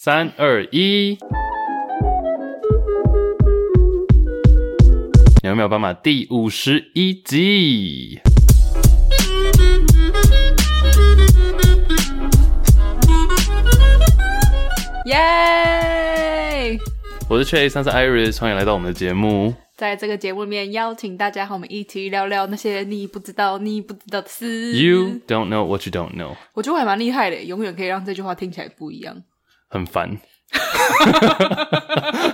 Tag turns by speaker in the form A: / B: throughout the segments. A: 三二一，有没有办法？第五十一集，
B: 耶！
A: 我是 Chase，三是 Iris，欢迎来到我们的节目。
B: 在这个节目里面，邀请大家和我们一起聊聊那些你不知道、你不知道的事。
A: You don't know what you don't know，
B: 我觉得我还蛮厉害的，永远可以让这句话听起来不一 样。
A: 很 烦，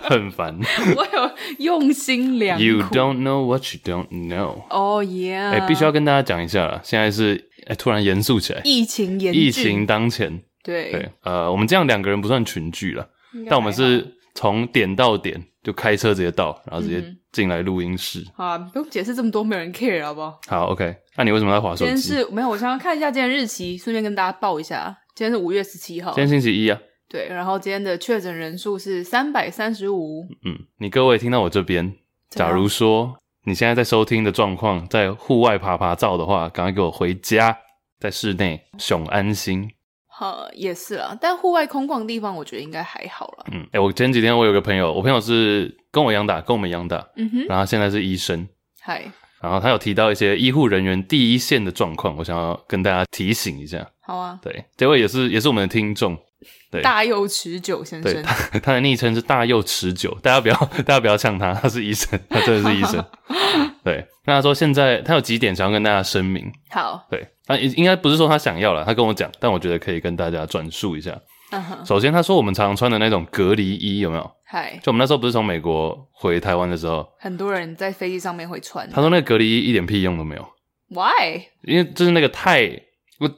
A: 很烦。
B: 我有用心良苦。
A: You don't know what you don't know。
B: Oh yeah！
A: 哎、必须要跟大家讲一下了，现在是哎、突然严肃起来，
B: 疫情严峻，
A: 疫情当前。
B: 对
A: 对，呃，我们这样两个人不算群聚了，
B: 应该
A: 但我们
B: 还好
A: 是从点到点就开车直接到，然后直
B: 嗯
A: 接进来录音室。
B: 好啊，不用解释这么多，没有人 care 好不好？
A: 好，OK，那你为什么在划手
B: 今
A: 机？
B: 天是哦没有，我想要看一下今天日期，顺便跟大家报一下，今天是五月十七号
A: 今。天星期一啊，
B: 对，然后今天的确诊人数是三百三十五。
A: 嗯，你各位听到我这边，
B: 怎样
A: 假如说你现在在收听的状况在户外爬爬照的话，赶快给我回家，在室内熊安心。
B: 好，也是啦，但户外空旷的地方，我觉得应该还好啦。
A: 嗯，哎、我前几天我有个朋友，我朋友是跟我一样大，跟我们一样大，
B: 嗯哼，
A: 然后他现在是医生，
B: 嗨，
A: 然后他有提到一些医护人员第一线的状况，我想要跟大家提醒一下。
B: 好啊，
A: 对，这位也是也是我们的听众，对
B: 大佑持久先
A: 对
B: 生，
A: 他他的昵称是大佑持久，大家不要大家不要呛他，他是医生，他真的是医生。对，那他说现在他有几点想要跟大家声明，
B: 好，
A: 对，他应应该不是说他想要了，他跟我讲，但我觉得可以跟大家转述一下。
B: 嗯哼，
A: 首先，他说我们常常穿的那种隔离衣有没有？
B: 嗨，
A: 就我们那时候不是从美国回台湾的时候，
B: 很多人在飞机上面会穿
A: 他说那个隔离衣一点屁用都没有。
B: ，Why？
A: 因为就是那个太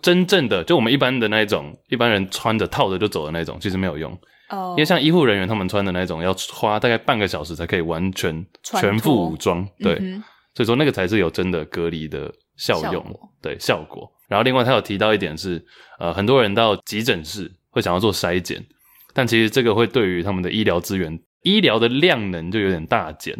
A: 真正的，就我们一般的那一种，一般人穿着套着就走的那种，其实没有用。
B: 哦
A: 因为，像医护人员他们穿的那种，要花大概半个小时才可以完全
B: 穿
A: 全
B: 脱
A: 副武装，对，
B: 嗯哼
A: 所以说那个才是有真的隔离的效
B: 效
A: 用，
B: 果
A: 对效果。然后另外他有提到一点是，呃，很多人到急诊室会想要做筛检，但其实这个会对于他们的医疗资源、医疗的量能就有点大减，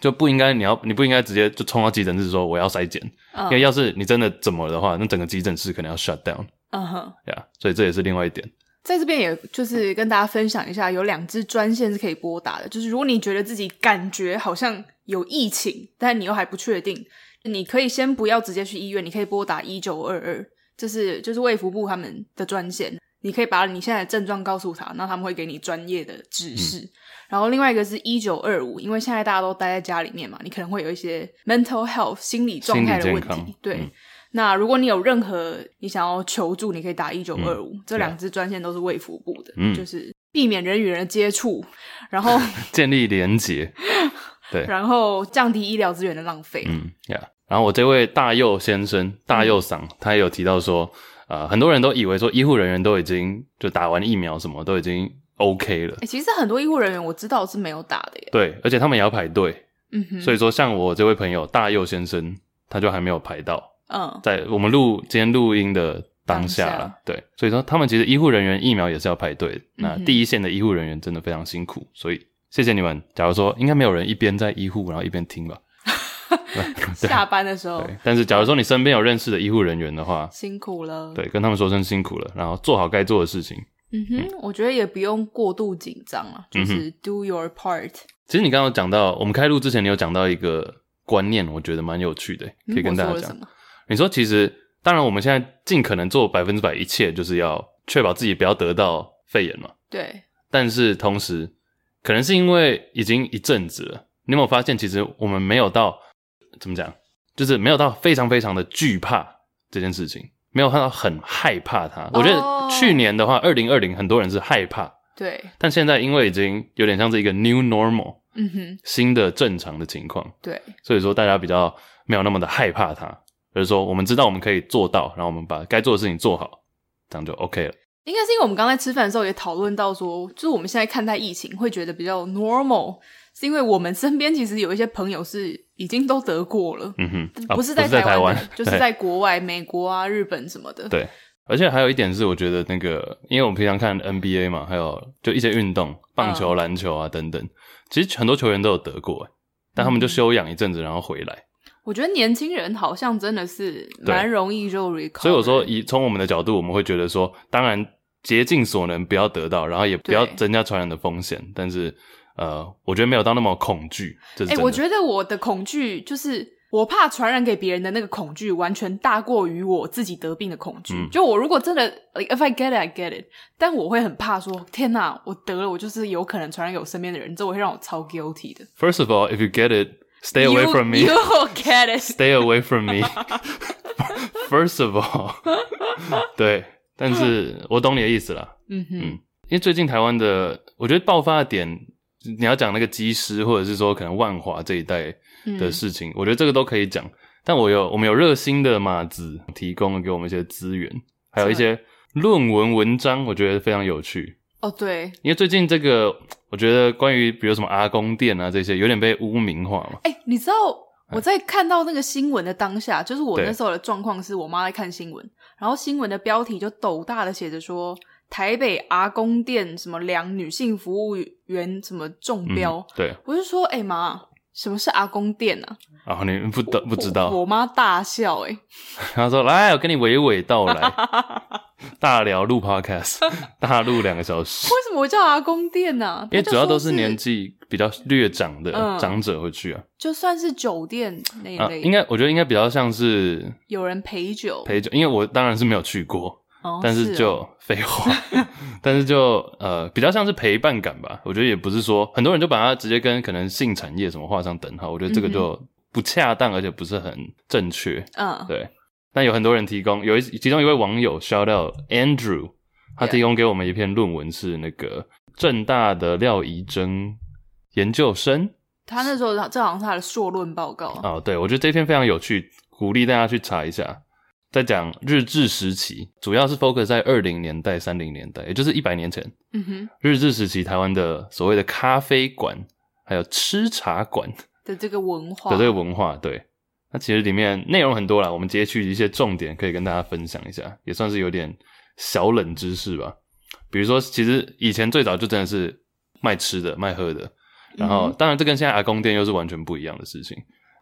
A: 就不应该你要你不应该直接就冲到急诊室说我要筛检，因为
B: 嗯
A: 要是你真的怎么了的话，那整个急诊室可能要 shut down
B: 嗯哼，
A: 呀、所以这也是另外一点。
B: 在这边也就是跟大家分享一下，有两支专线是可以拨打的，就是如果你觉得自己感觉好像有疫情，但你又还不确定，你可以先不要直接去医院，你可以拨打一九二二，这是就是卫福部他们的专线，你可以把你现在的症状告诉他，那他们会给你专业的
A: 嗯
B: 指示。然后另外一个是一九二五，因为现在大家都待在家里面嘛，你可能会有一些 mental health 心理状态的
A: 心
B: 问
A: 理健康
B: 题，对。
A: 嗯
B: 那如果你有任何你想要求助，你可以打一九二五，这两支专线都是卫福部的，
A: 嗯
B: 就是避免人与人的接触，然后
A: 建立连结， 对
B: 然后降低医疗资源的浪费。
A: 嗯呀。然后我这位大佑先生，大
B: 嗯
A: 佑桑，他也有提到说，呃，很多人都以为说医护人员都已经就打完疫苗，什么都已经 OK 了，
B: 诶欸其实很多医护人员我知道是没有打的耶，
A: 对，而且他们也要排队，
B: 嗯哼，
A: 所以说像我这位朋友大佑先生，他就还没有排到，
B: 嗯，
A: 在我们录今天录音的当下啦
B: 当下，
A: 对，所以说他们其实医护人员疫苗也是要排队的，
B: 嗯
A: 那
B: 哼
A: 第一线的医护人员真的非常辛苦，所以谢谢你们。假如说应该没有人一边在医护然后一边听吧， 对
B: 下班的时候
A: 对，但是假如说你身边有认识的医护人员的话，
B: 辛苦了，，
A: 对，跟他们说声辛苦了，然后做好该做的事情。
B: 嗯哼，我觉得也不用过度紧张啊，就
A: 嗯哼
B: 是 do your part，
A: 其实你刚刚有讲到，我们开录之前你有讲到一个观念，我觉得蛮有趣的，
B: 嗯
A: 可以跟大
B: 我
A: 家
B: 说了
A: 讲
B: 什。么？
A: 你说其实，当然我们现在尽可能做百分之百一切，就是要确保自己不要得到肺炎嘛。
B: 对，
A: 但是同时，可能是因为已经一阵子了，你有没有发现，其实我们没有到怎么讲，就是没有到非常非常的惧怕这件事情，没有看到很害怕它。我觉
B: 哦
A: 得去年的话，二零二零很多人是害怕，
B: 对，
A: 但现在因为已经有点像是一个 new normal
B: 嗯哼，
A: 新的正常的情况，
B: 对，
A: 所以说大家比较没有那么的害怕它，而是说我们知道我们可以做到，然后我们把该做的事情做好，这样就 OK 了。
B: 应该是因为我们刚才吃饭的时候也讨论到说，就是我们现在看待疫情会觉得比较 normal，是因为我们身边其实有一些朋友是已经都得过了，
A: 嗯哼，啊
B: 不是在
A: 台
B: 台
A: 湾
B: 的，就是
A: 对
B: 在国外，美国啊、日本什么的。
A: 对，而且还有一点是，我觉得那个，因为我平常看 NBA 嘛，还有就一些运动，棒
B: 嗯
A: 球、篮球啊等等，其实很多球员都有得过，欸但他们就休养一阵子，然后回来。
B: 我觉得年轻人好像真的是蛮容易就 recover，
A: 所以我说，以从我们的角度，我们会觉得说，当然竭尽所能不要得到，然后也不
B: 对
A: 要增加传染的风险，但是呃，我觉得没有到那么恐惧，这是
B: 哎、
A: 真的。
B: 我觉得我的恐惧就是我怕传染给别人的那个恐惧，完全大过于我自己得病的恐惧。
A: 嗯
B: 就我如果真的，like if I get it, I get it，但我会很怕说，天哪，我得了，我就是有可能传染给我身边的人，这我会让我超 guilty 的。
A: First of all, if you get it, stay away
B: You-
A: from me.
B: You get it？
A: Stay away from me. First of all，对，但 是我懂你的意思啦。
B: 嗯哼，
A: 因为最近台湾的，我觉得爆发的点，你要讲那个机师，或者是说可能万华这一带
B: 嗯
A: 的事情，我觉得这个都可以讲。但我有我们有热心的马子提供了给我们一些资源，还有一些论文文章，我觉得非常有趣。
B: 哦对，
A: 因为最近这个，我觉得关于比如什么阿公店啊这些，有点被污名化嘛。
B: 哎、你知道我在看到那个新闻的当下，就是我
A: 对
B: 那时候的状况是我妈在看新闻，然后新闻的标题就斗大的写着说台北阿公店什么两女性服务员什么中标，
A: 嗯，对，
B: 我就说哎妈、什么是阿公店啊？
A: 然后你不呃懂不知道，
B: 我我妈大笑哎、
A: 他说：“来，我跟你娓娓道 来，大聊录 podcast，大录两个小时。
B: 为什么我叫阿公店呢、啊？
A: 因为
B: 她就
A: 主要都
B: 说
A: 是
B: 是
A: 年，纪比较略长的、
B: 嗯
A: 长者会去啊，
B: 就算是酒店那一
A: 啊，
B: 类，
A: 应该我觉得应该比较像是
B: 有人陪酒，
A: 陪酒，因为我当然是没有去过，
B: 哦、
A: 但
B: 是
A: 是
B: 哦
A: 就废话， 但是就呃比较像是陪伴感吧。我觉得也不是说很多人就把它直接跟可能性产业什么画上等号，我觉得这个
B: 嗯哼
A: 就不恰当，而且不是很正确。
B: 嗯，
A: 对，那有很多人提供，有一其中一位网友 shout out Andrew，他
B: Yeah
A: 提供给我们一篇论文，是那个正大的廖怡珍研究生。
B: 她那时候这好像是她的硕论报告，啊
A: 哦，对，我觉得这篇非常有趣，鼓励大家去查一下。在讲日治时期，主要是 focus 在二零年代、三零年代，也就是一百年前
B: 嗯哼
A: 日治时期台湾的所谓的咖啡馆，还有吃茶馆。
B: 的这个文化，
A: 的这个文化，对。那其实里面内容很多啦，我们截取一些重点可以跟大家分享一下，也算是有点小冷知识吧。比如说，其实以前最早就真的是卖吃的、卖喝的，然后、
B: 嗯
A: 当然这跟现在阿公店又是完全不一样的事情。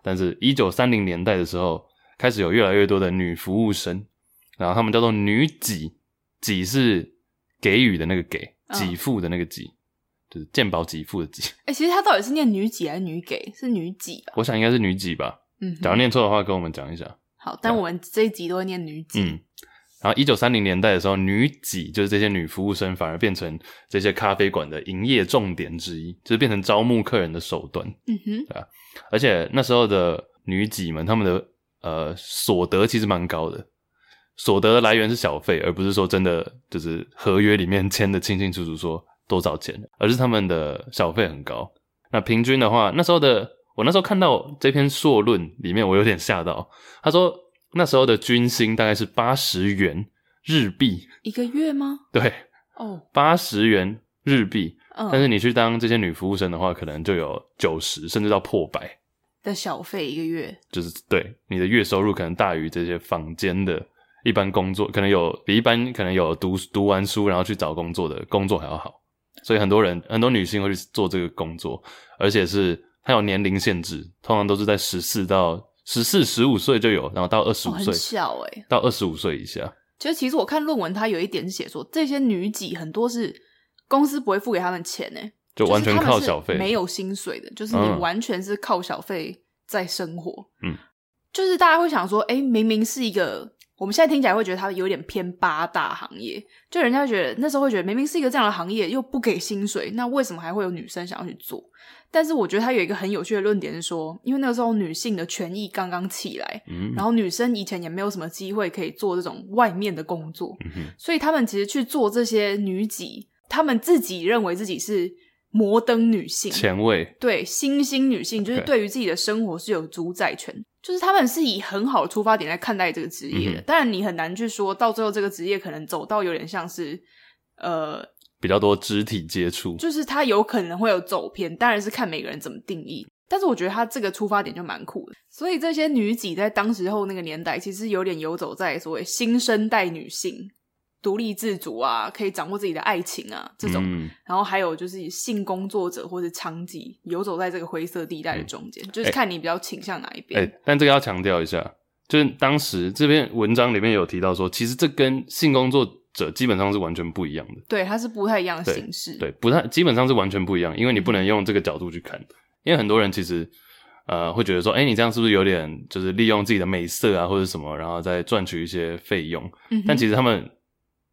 A: 但是，一九三零年代的时候，开始有越来越多的女服务生，然后他们叫做女给，给是给予的那个给，
B: 嗯
A: 给付的那个给，就是健保给付的 给。
B: 哎、其实她到底是念女几还是女给？是女几吧？
A: 我想应该是女给吧，
B: 嗯哼，
A: 假如念错的话，跟我们讲一下。
B: 好，但我们这一集都会念女几。
A: 嗯，然后一九三零年代的时候，女几就是这些女服务生反而变成这些咖啡馆的营业重点之一，就是变成招募客人的手段。
B: 嗯哼，
A: 而且那时候的女几们，她们的呃所得其实蛮高的，所得的来源是小费，而不是说真的就是合约里面 签的清清楚楚说多少钱，而是她们的小费很高。那平均的话，那时候的我那时候看到这篇硕论里面，我有点吓到，他说那时候的军薪大概是八十元日币，
B: 一个月吗？
A: 对，
B: 哦，
A: 八十元日币。
B: 嗯，
A: 但是你去当这些女服务生的话，可能就有九十甚至到破百。
B: 的小费一个月，
A: 就是对你的月收入可能大于这些坊间的一般工作，可能有比一般可能有读读完书然后去找工作的工作还要好。所以很多人很多女性会去做这个工作，而且是它有年龄限制，通常都是在十四到十四十五岁就有，然后到二十
B: 哦，
A: 五
B: 很
A: 岁、
B: 小哎、
A: 到二十五岁以下，
B: 其实其实我看论文，它有一点是写说，这些女几很多是公司不会付给他们钱哎、
A: 就完全
B: 是他们
A: 靠
B: 是
A: 小费，
B: 没有薪水的，就是你
A: 嗯
B: 完全是靠小费在生活。
A: 嗯，
B: 就是大家会想说，哎、明明是一个我们现在听起来会觉得它有点偏八大行业，就人家会觉得那时候会觉得明明是一个这样的行业，又不给薪水，那为什么还会有女生想要去做？但是我觉得它有一个很有趣的论点是说，因为那个时候女性的权益刚刚起来，
A: 嗯，
B: 然后女生以前也没有什么机会可以做这种外面的工作，
A: 嗯哼
B: 所以他们其实去做这些女几，他们自己认为自己是摩登女性，
A: 前卫，
B: 对新兴女性，就是
A: OK
B: 对于自己的生活是有主宰权。就是他们是以很好的出发点来看待这个职业的。
A: 嗯哼
B: 当然，你很难去说到最后这个职业可能走到有点像是，呃，
A: 比较多肢体接触，
B: 就是他有可能会有走偏，当然是看每个人怎么定义。但是我觉得他这个出发点就蛮酷的，所以这些女几在当时候那个年代，其实有点游走在所谓新生代女性独立自主啊，可以掌握自己的爱情啊这种
A: 嗯
B: 然后还有就是性工作者或是娼妓游走在这个灰色地带的中间，就是看你比较倾向哪一
A: 嗯哎、
B: 边。
A: 但这个要强调一下，就是当时这篇文章里面有提到说，其实这跟性工作者基本上是完全不一样的，
B: 对，它是不太一样的
A: 对
B: 形式。
A: 对，不太基本上是完全不一样，因为你不能用这个角度去看，因为很多人其实呃会觉得说，哎、你这样是不是有点就是利用自己的美色啊或者什么，然后再赚取一些费用？
B: 嗯哼，
A: 但其实他们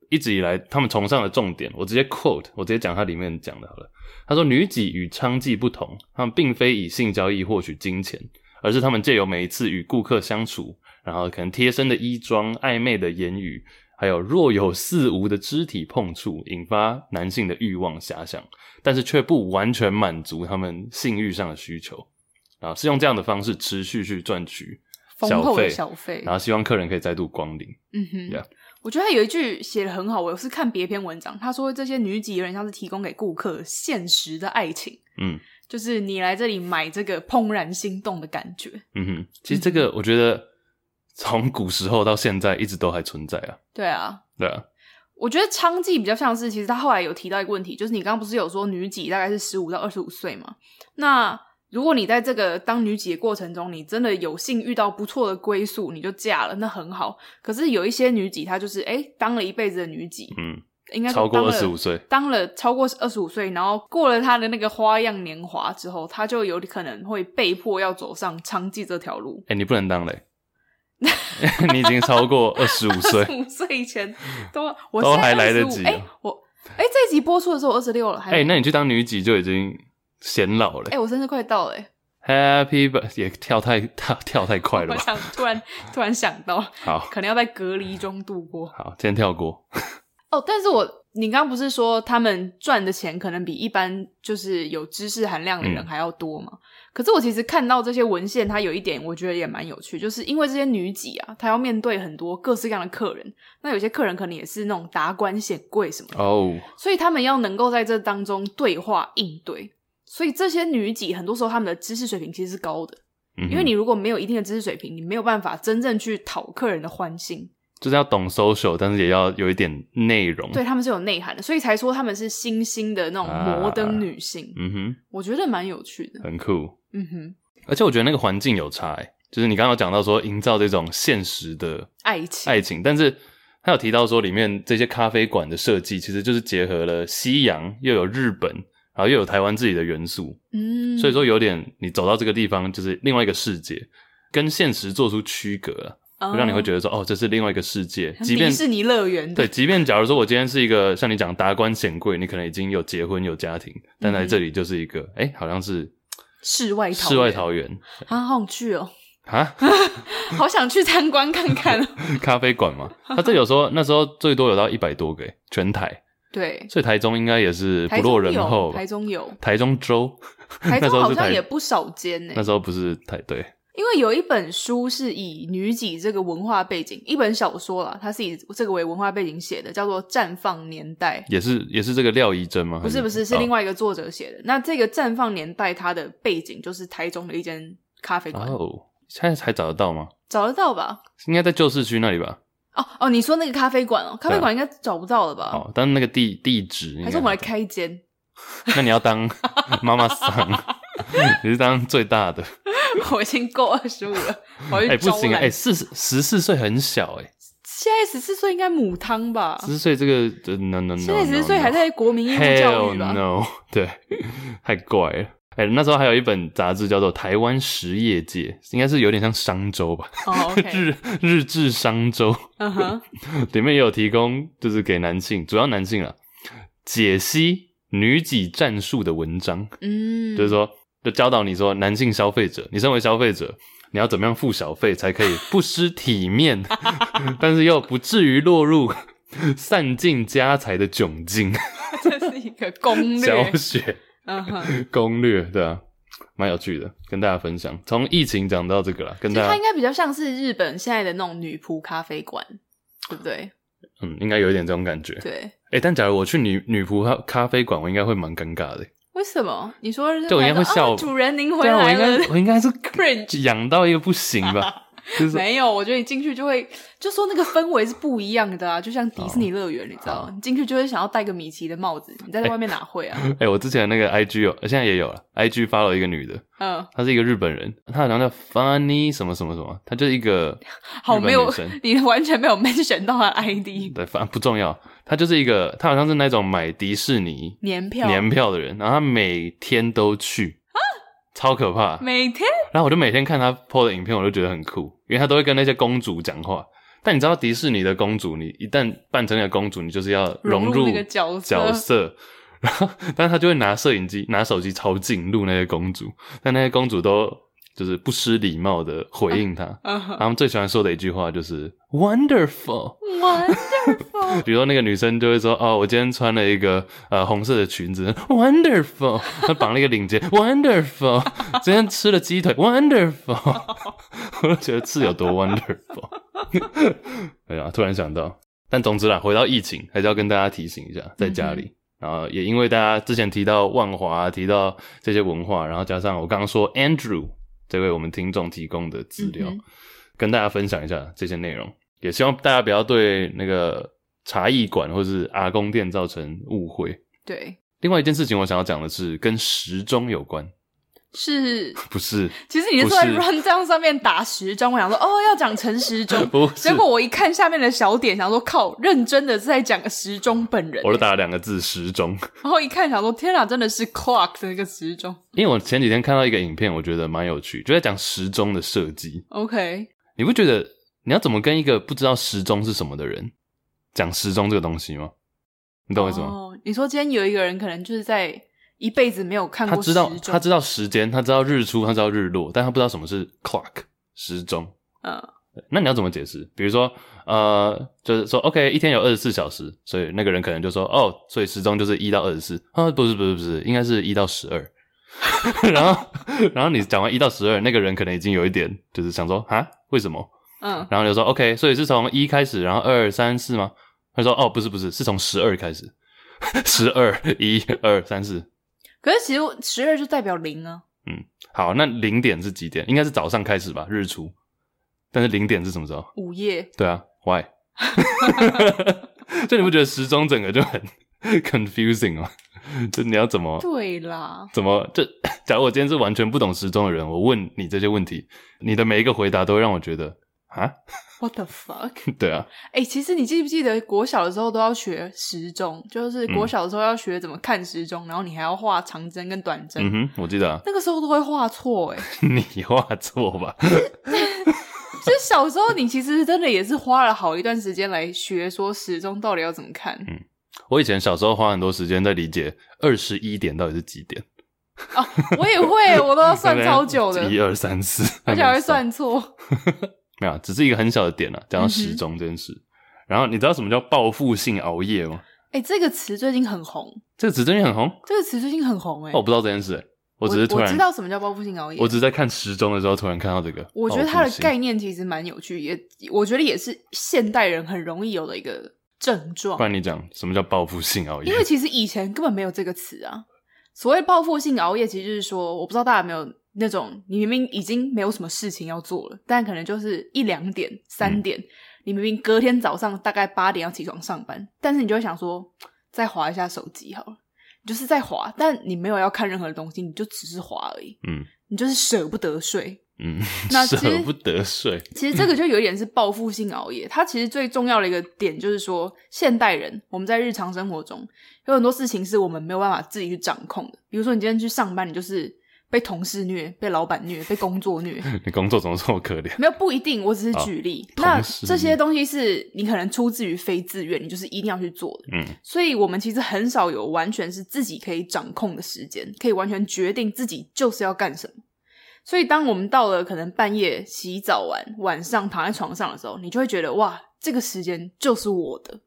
A: 一直以来，他们崇尚的重点，我直接 quote，我直接讲它里面讲的好了。他说：“女妓与娼妓不同，他们并非以性交易获取金钱，而是他们借由每一次与顾客相处，然后可能贴身的衣装、暧昧的言语，还有若有似无的肢体碰触，引发男性的欲望遐想，但是却不完全满足他们性欲上的需求。”啊，是用这样的方式持续去赚取，
B: 丰厚的
A: 小
B: 小费
A: 然。后希望客人可以再度光临。
B: 嗯哼
A: Yeah
B: 我觉得他有一句写的很好，我是看别篇文章，他说这些女几有点像是提供给顾客现实的爱情，
A: 嗯，
B: 就是你来这里买这个怦然心动的感觉。
A: 嗯哼，其实这个我觉得从古时候到现在一直都还存在啊，
B: 对啊，
A: 对啊，
B: 我觉得娼妓比较像是，其实他后来有提到一个问题，就是你刚刚不是有说女几大概是十五到二十五岁嘛？那如果你在这个当女几的过程中，你真的有幸遇到不错的归宿，你就嫁了，那很好。可是有一些女几，她就是哎、诶当了一辈子的女几，
A: 嗯，
B: 应该说
A: 超过
B: 当
A: 二
B: 了
A: 十五岁，
B: 当了超过二十五岁，然后过了她的那个花样年华之后，她就有可能会被迫要走上娼妓这条路。
A: 哎、你不能当 嘞、你已经超过二十五岁
B: 二，十五岁以前 都我
A: 都
B: 现在
A: 还来得
B: 25
A: 及
B: 哎、
A: 啊
B: 我哎、这一集播出的时候我二十六了，还
A: 哎、
B: 没
A: 那你去当女几就已经显老了、
B: 哎、我生日快到了、欸，
A: Happy birth 也跳太跳跳太快了
B: 我
A: 吧？
B: 想突然突然想到，
A: 好
B: 可能要在隔离中度过。
A: 好，今天跳过，
B: 哦，但是我你刚刚不是说他们赚的钱可能比一般就是有知识含量的人
A: 嗯
B: 还要多吗？可是我其实看到这些文献，它有一点我觉得也蛮有趣，就是因为这些女几啊，她要面对很多各式各样的客人，那有些客人可能也是那种达官显贵什么的，
A: 哦，
B: 所以他们要能够在这当中对话应对。所以这些女几很多时候她们的知识水平其实是高的，
A: 嗯哼
B: 因为你如果没有一定的知识水平，你没有办法真正去讨客人的欢心。
A: 就是要懂 social，但是也要有一点内容，
B: 对，他们是有内涵的，所以才说他们是新兴的那种摩登女性。
A: 嗯
B: 我觉得蛮有趣的
A: 哼，。很酷，
B: 嗯哼，
A: 而且我觉得那个环境有差、欸，就是你刚刚有讲到说营造这种现实的
B: 爱情，
A: 爱情，但是他有提到说，里面这些咖啡馆的设计其实就是结合了西洋，又有日本，然后又有台湾自己的元素，
B: 嗯，
A: 所以说有点你走到这个地方就是另外一个世界，跟现实做出区隔啊，
B: 哦
A: 让你会觉得说，哦，这是另外一个世界。
B: 像
A: 即便
B: 迪士尼乐园
A: 对，即便假如说我今天是一个像你讲达官显贵，你可能已经有结婚有家
B: 嗯
A: 庭，但来这里就是一个，哎、好像是
B: 哦世外桃
A: 世外
B: 源
A: 桃源
B: 啊，好想去哦，
A: 啊，
B: 好想去参观看看哦。
A: 咖啡馆嘛。他这有时候那时候最多有到一百多个、欸，全台。
B: 对，
A: 所以台中应该也是不
B: 台
A: 落
B: 中
A: 人后
B: 有，
A: 吧。
B: 台中有，
A: 台中州，
B: 台
A: 那
B: 中
A: 时候
B: 好
A: 是
B: 像
A: 台
B: 也不少间呢、
A: 那时候不是台对，
B: 因为有一本书是以女几这个文化背景，一本小说啦，它是以这个为文化背景写的，叫做《绽放年代》。
A: 也是也是这个廖怡珍吗？哦
B: 不是不是，是另
A: 外
B: 外一个作者写的。那这个《绽放年代》它的背景就是台中的一间咖啡馆，
A: 哦，现在还找得到吗？
B: 找得到吧？
A: 应该在旧市区那里吧。
B: 哦哦，你说那个咖啡馆哦，咖啡
A: 对啊
B: 馆应该找不到了吧？
A: 好，哦但那个地地址应
B: 哦还
A: 该
B: 是我们来开一间？
A: 那你要当妈妈桑， 你是当最大的。
B: 我已经够二十五了，我
A: 哎、
B: 要去
A: 不
B: 招
A: 行
B: 揽。
A: 哎，四十四岁很小哎、
B: 现在十四岁应该母汤吧？
A: 十四岁这个呃 no no no，
B: 现在十哦四岁
A: no，no
B: 还在国民义务
A: Hell
B: 教育吧？
A: no，对，太怪了。哎、那时候还有一本杂志叫做《台湾实业界》，应该是有点像商周吧，
B: 哦，OK，
A: 日日志商周
B: 嗯哼，
A: 里面也有提供，就是给男性，主要男性啊，解析女几战术的文章，
B: 嗯，
A: 就是说，就教导你说，男性消费者，你身为消费者，你要怎么样付小费才可以不失体面， 但是又不至于落入 散尽家财的窘境。
B: 这是一个攻
A: 教
B: 略，
A: 学
B: 嗯哼，
A: 攻略，对啊。蛮有趣的，跟大家分享。从疫情讲到这个啦，跟
B: 所
A: 大
B: 以它
A: 家
B: 应该比较像是日本现在的那种女仆咖啡馆，对不对？
A: 嗯，应该有一点这种感觉。
B: 对，
A: 哎、但假如我去女女仆咖咖啡馆，我应该会蛮尴尬的。
B: 为什么？你说
A: 就我应该会笑
B: 哦主人您回
A: 对啊，我
B: 来
A: 应该
B: 了，
A: 我应该是
B: Cringe
A: 痒到一个不行吧？就是
B: 没有，我觉得你进去就会就说那个氛围是不一样的啊，就像迪士尼乐园，你知道
A: 好
B: 吗？你进去就会想要戴个米奇的帽子，你在外面哪会啊？
A: 哦哎、我之前那个 IG 有，现在也有了。IG 发了一个女的，
B: 嗯，
A: 她是一个日本人，她好像叫 Funny 什么什么什么，她就是一个
B: 好
A: 日本
B: 没有
A: 女生，
B: 你完全没有 mention 到他的 ID
A: 对，反正不重要。她就是一个，她好像是那种买迪士尼
B: 年票，
A: 年票的人，然后她每天都去，超可怕。
B: 每天
A: 然后我就每天看她 PO 的影片，我就觉得很酷，因为她都会跟那些公主讲话。但你知道迪士尼的公主，你一旦扮成那个公主，你就是要融
B: 入
A: 入
B: 那个角
A: 角色，然后 但是他就会拿摄影机、拿手机超近录那些公主，但那些公主都就是不失礼貌的回应他。
B: 嗯
A: 然后他们最喜欢说的一句话就是 “wonderful”，
B: ，wonderful，
A: 比如说那个女生就会说：“哦，我今天穿了一个呃红色的裙子，wonderful。”她绑了一个领结，wonderful。今天吃了鸡腿，wonderful。我就觉得是有多 wonderful。哎呀，突然想到，但总之啦，回到疫情，还是要跟大家提醒一下，在家里。然后也因为大家之前提到万华，提到这些文化，然后加上我刚刚说 Andrew 这位我们听众提供的资料，
B: 嗯哼
A: 跟大家分享一下这些内容。也希望大家不要对那个茶艺馆或是阿公店造成误会。
B: 对，
A: 另外一件事情，我想要讲的是跟时钟有关，
B: 是
A: 不是？
B: 其实你是
A: 不
B: 在
A: 是，
B: run 账上面打时钟，我想说哦要讲陈时 钟
A: 不是
B: 结果我一看下面的小点，想说靠，认真的是在讲时钟本人，
A: 我就打了两个字“时钟”，
B: 然后一看想说天哪，真的是 clock 的那个时钟
A: 因为我前几天看到一个影片，我觉得蛮有趣，就在讲时钟的设计。
B: ，OK，
A: 你不觉得你要怎么跟一个不知道时钟是什么的人讲时钟这个东西吗？你懂我意思吗？
B: 哦，你说今天有一个人可能就是在一辈子没有看
A: 他
B: 过
A: 知
B: 时
A: 道
B: 钟，
A: 他知道时间，他知道日出，他知道日落，但他不知道什么是 clock 时钟。
B: 嗯
A: 那你要怎么解释？比如说，呃，就是说，OK，一天有二十四小时，所以那个人可能就说，哦，所以时钟就是一到二十四啊，不是不是不是，应该是一到十二。 然后，然后你讲完一到十二，那个人可能已经有一点就是想说，啊，为什么？
B: 嗯，
A: 然后就说，OK，所以是从一开始，然后二三四吗？他说，哦，不是不是，是从十二开始， 十二一二三四。
B: 可是其实十二就代表零啊，
A: 好，那零点是几点？应该是早上开始吧，日出。但是零点是什么时候？
B: 午夜，
A: 对啊，Why？就你不觉得时钟整个就很 confusing 吗？ 就你要怎么
B: 对啦，
A: 怎么就？假如我今天是完全不懂时钟的人，我问你这些问题，你的每一个回答都会让我觉得啊，
B: ，what the fuck。
A: 对啊，
B: 哎、其实你记不记得国小的时候都要学时钟，就是国小的时候要学怎么看时钟，然后你还要画长针跟短针。
A: 嗯哼，我记得啊，
B: 那个时候都会画错哎、
A: 你画错吧？
B: 就是小时候你其实真的也是花了好一段时间来学说时钟到底要怎么看
A: 我以前小时候花很多时间在理解二十一点到底是几点，
B: 啊，我也会，我都要算超久 的，
A: 一二三四，
B: 而且还会算错。
A: 没有啊，只是一个很小的点啊，讲到
B: 嗯
A: 时钟这件事。然后你知道什么叫报复性熬夜吗？
B: 哎、这个词最近很红，
A: 这个指针也很红，
B: 这个词最近很红哎、
A: 哦，我不知道这件事欸，我
B: 我
A: 只是突
B: 我
A: 然
B: 知道什么叫报复性熬夜
A: 我。只是在哦看时钟的时候突然看到这个。
B: 我觉得它
A: 报
B: 的
A: 复性
B: 概念其实蛮有趣，也我觉得也是现代人很容易有的一个症状
A: 不。然你讲什么叫报复性熬夜
B: 因？为其实以前根本没有这个词啊。所谓报复性熬夜，其实就是说，我不知道大家有没有那种，你明明已经没有什么事情要做了，但可能就是一两点、三点，你明明隔天早上大概八点要起床上班，但是你就会想说，再划一下手机好了，你就是在划，但你没有要看任何东西，你就只是划而已，
A: 嗯
B: 你就是舍不得睡，
A: 嗯，
B: 那其实
A: 舍不得睡。
B: 其实这个就有一点是报复性熬夜，它其实最重要的一个点就是说，现代人我们在日常生活中有很多事情是我们没有办法自己去掌控的，比如说你今天去上班，你就是被同事虐、被老板虐、被工作虐，
A: 你工作怎么这么可怜？
B: 没有不一定，我只是举例。那
A: 嗯哦同事虐
B: 这些东西是你可能出自于非自愿，你就是一定要去做的。
A: 嗯，
B: 所以我们其实很少有完全是自己可以掌控的时间，可以完全决定自己就是要干什么。所以当我们到了可能半夜洗澡完，晚上躺在床上的时候，你就会觉得哇，这个时间就是我的。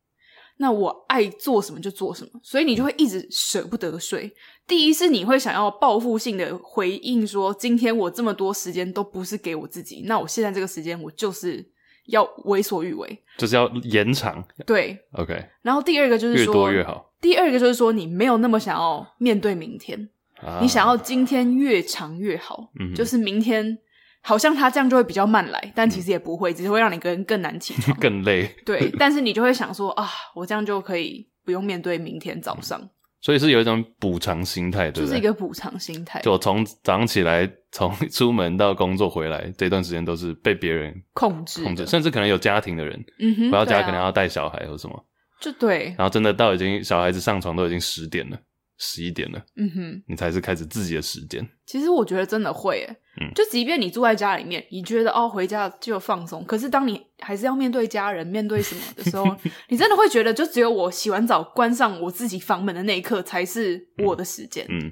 B: 那我爱做什么就做什么，所以你就会一直舍不得睡。第一是你会想要报复性的回应说，今天我这么多时间都不是给我自己，那我现在这个时间我就是要为所欲为。
A: 就是要延长
B: 对，
A: ，OK，
B: 然后第二个就是
A: 越
B: 说，
A: 多越好。
B: 第二个就是说，你没有那么想要面对明天，
A: 啊
B: 你想要今天越长越好，
A: 嗯哼。
B: 就是明天好像他这样就会比较慢来，但其实也不会，只是会让你个人更难起床
A: 更累，
B: 对，但是你就会想说啊，我这样就可以不用面对明天早上，
A: 所以是有一种补偿心态，嗯对
B: 就
A: 不
B: 是一
A: 对？
B: 个补偿心态，
A: 就我从早上起来，从出门到工作回来这段时间都是被别人
B: 控制
A: 控制，
B: 的
A: 甚至可能有家庭的人
B: 嗯哼，
A: 回到
B: 对
A: 家
B: 啊
A: 可能要带小孩或什么，
B: 就对，
A: 然后真的到已经小孩子上床都已经十点了、十一点了，
B: 嗯哼。
A: 你才是开始自己的时间。
B: 其实我觉得真的会耶，
A: 嗯
B: 就即便你住在家里面，你觉得哦回家就放松，可是当你还是要面对家人、面对什么的时 候，你真的会觉得，就只有我洗完澡、关上我自己房门的那一刻，才是我的时间。
A: 嗯，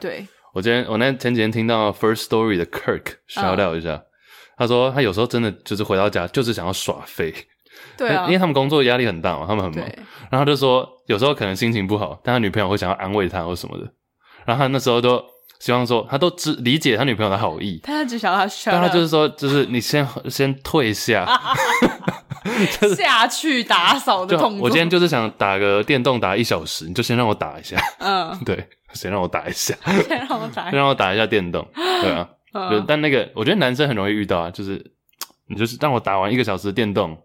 B: 对，
A: 我今天我那前几天听到 First Story 的 Kirk shout
B: 嗯
A: out 一下，他说他有时候真的就是回到家就是想要耍废，
B: 对啊
A: 因为，他们工作压力很大嘛，他们很忙，
B: 对，
A: 然后他就说有时候可能心情不好，但他女朋友会想要安慰他或什么的，然后他那时候都希望说他都知理解他女朋友的好意，
B: 他只想要他 shut
A: 但他
B: up，
A: 就是说就是你先先退下。
B: 下去打扫的
A: 就
B: 动作。
A: 我今天就是想打个电动打一小时，你就先让我打一下，
B: 嗯，
A: 对，先让我打一下，
B: 先让我 打
A: 先。让我打一下电动，对啊，就
B: 哎嗯
A: 但那个我觉得男生很容易遇到啊，就是你就是让我打完一个小时的电动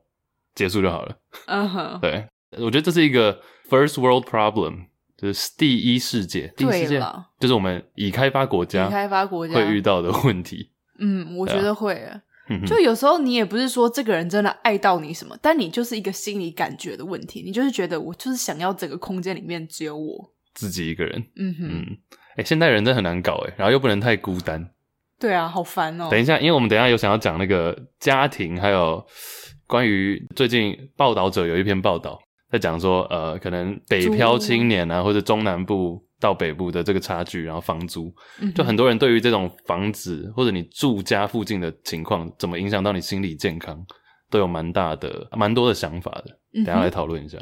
A: 结束就好了。
B: 嗯哼，
A: 对，我觉得这是一个 first world problem，就是第一世界，第一世
B: 对
A: 界
B: 了，
A: 就是我们已开发国
B: 已
A: 家
B: 开发国家
A: 会遇到的问题。
B: 嗯，我觉得会耶。
A: 嗯哼
B: 就有时候你也不是说这个人真的爱到你什么，但你就是一个心理感觉的问题，你就是觉得我就是想要整个空间里面只有我。
A: 自己一个人，
B: 嗯哼，
A: 嗯，哎、现代人真的很难搞哎，然后又不能太孤单。
B: 对啊，好烦哦、
A: 等一下，因为我们等一下有想要讲那个家庭，还有关于最近报道者有一篇报道在讲说，呃，可能北漂
B: 租
A: 青年啊，或者中南部到北部的这个差距，然后房租，
B: 嗯
A: 就很多人对于这种房子或者你住家附近的情况，怎么影响到你心理健康，都有蛮大的、蛮多的想法的。
B: 等
A: 等一下来讨论一下。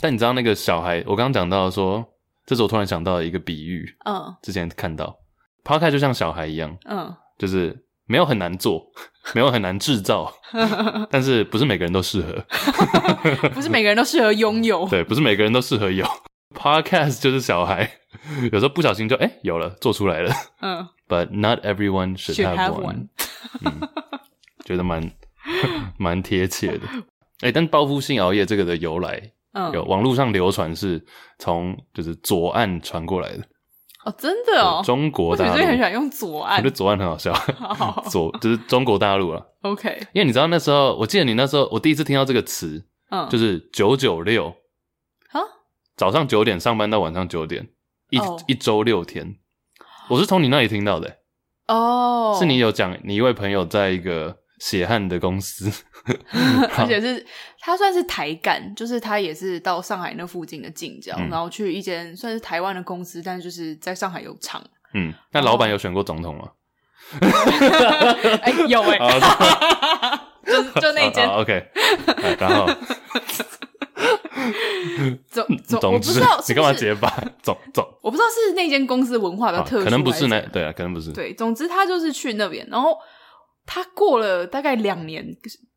A: 但你知道那个小孩，我刚刚讲到说，这是我突然想到的一个比喻，
B: 嗯
A: 之前看到，抛开就像小孩一样，
B: 嗯
A: 就是没有很难做，没有很难制 造，
B: 嗯，
A: 但是不是每个人都适合，
B: 不是每个人都适合拥有。
A: 对，不是每个人都适合有 podcast 就是小孩， 有时候不小心就哎、有了，做出来了
B: 嗯
A: ，but not everyone should
B: Should
A: have
B: have
A: one，嗯，觉得蛮 蛮贴切的。哎、但报复性熬夜这个的由来，
B: 嗯，
A: 有网络上流传是从就是左岸传过来的，
B: 哦，真的哦
A: 对。中国
B: 我
A: 大
B: 最
A: 陆，
B: 近很喜
A: 我
B: 欢用左
A: 觉
B: 岸
A: 得。左岸很好笑，
B: 好
A: 左就是中国大陆啊，
B: ，OK，
A: 因为你知道那时候，我记得你那时候，我第一次听到这个词，
B: 嗯，
A: 就是是九九六，
B: 啊，
A: 早上九点上班到晚上九点，一、
B: 哦
A: 一周六天。我是从你那里听到的、
B: 哦，
A: 是你，有讲你一位朋友在一个血汗的公司，
B: 而且是他算是台干，就是他也是到上海那附近的近郊，
A: 嗯
B: 然后去一间算是台湾的公司，但是就是在上海有厂。
A: 嗯，那老
B: 哦
A: 板有选过总统吗？
B: 哎、有 哎、
A: 啊
B: 就 就那间
A: 啊啊 OK，哎然后
B: 总我
A: 嗯总
B: 不
A: 之
B: 知道是
A: 你
B: 不
A: 干嘛
B: 是，
A: 结巴？总总，
B: 我不知道是那间公司文化比
A: 啊
B: 较特殊、
A: 可能不是那
B: 还怎样
A: 对啊，可能不是
B: 对，总之他就是去那边，然后他过了大概两年，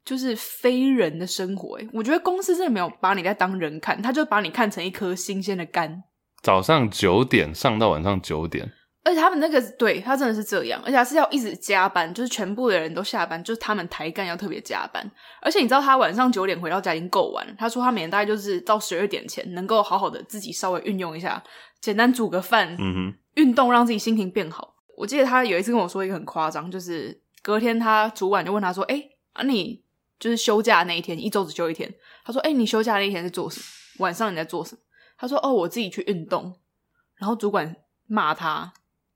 B: 就是非人的生活。哎，我觉得公司真的没有把你在当人看，他就把你看成一颗新鲜的肝。
A: 早上九点上到晚上九点，
B: 而且他们那个对他真的是这样，而且他是要一直加班，就是全部的人都下班，就是他们台干要特别加班。而且你知道他晚上九点回到家已经够晚了，他说他每天大概就是到十二点前能够好好的自己稍微运用一下，简单煮个饭，
A: 嗯哼，
B: 运动让自己心情变好。我记得他有一次跟我说一个很夸张，就是隔天他主管就问他说：“哎、啊你就是休假那一天，一周只休一天。”他说：“哎、你休假那一天是做什么？晚上你在做什么？”他说：“哦，我自己去运动。”然后主管骂他：“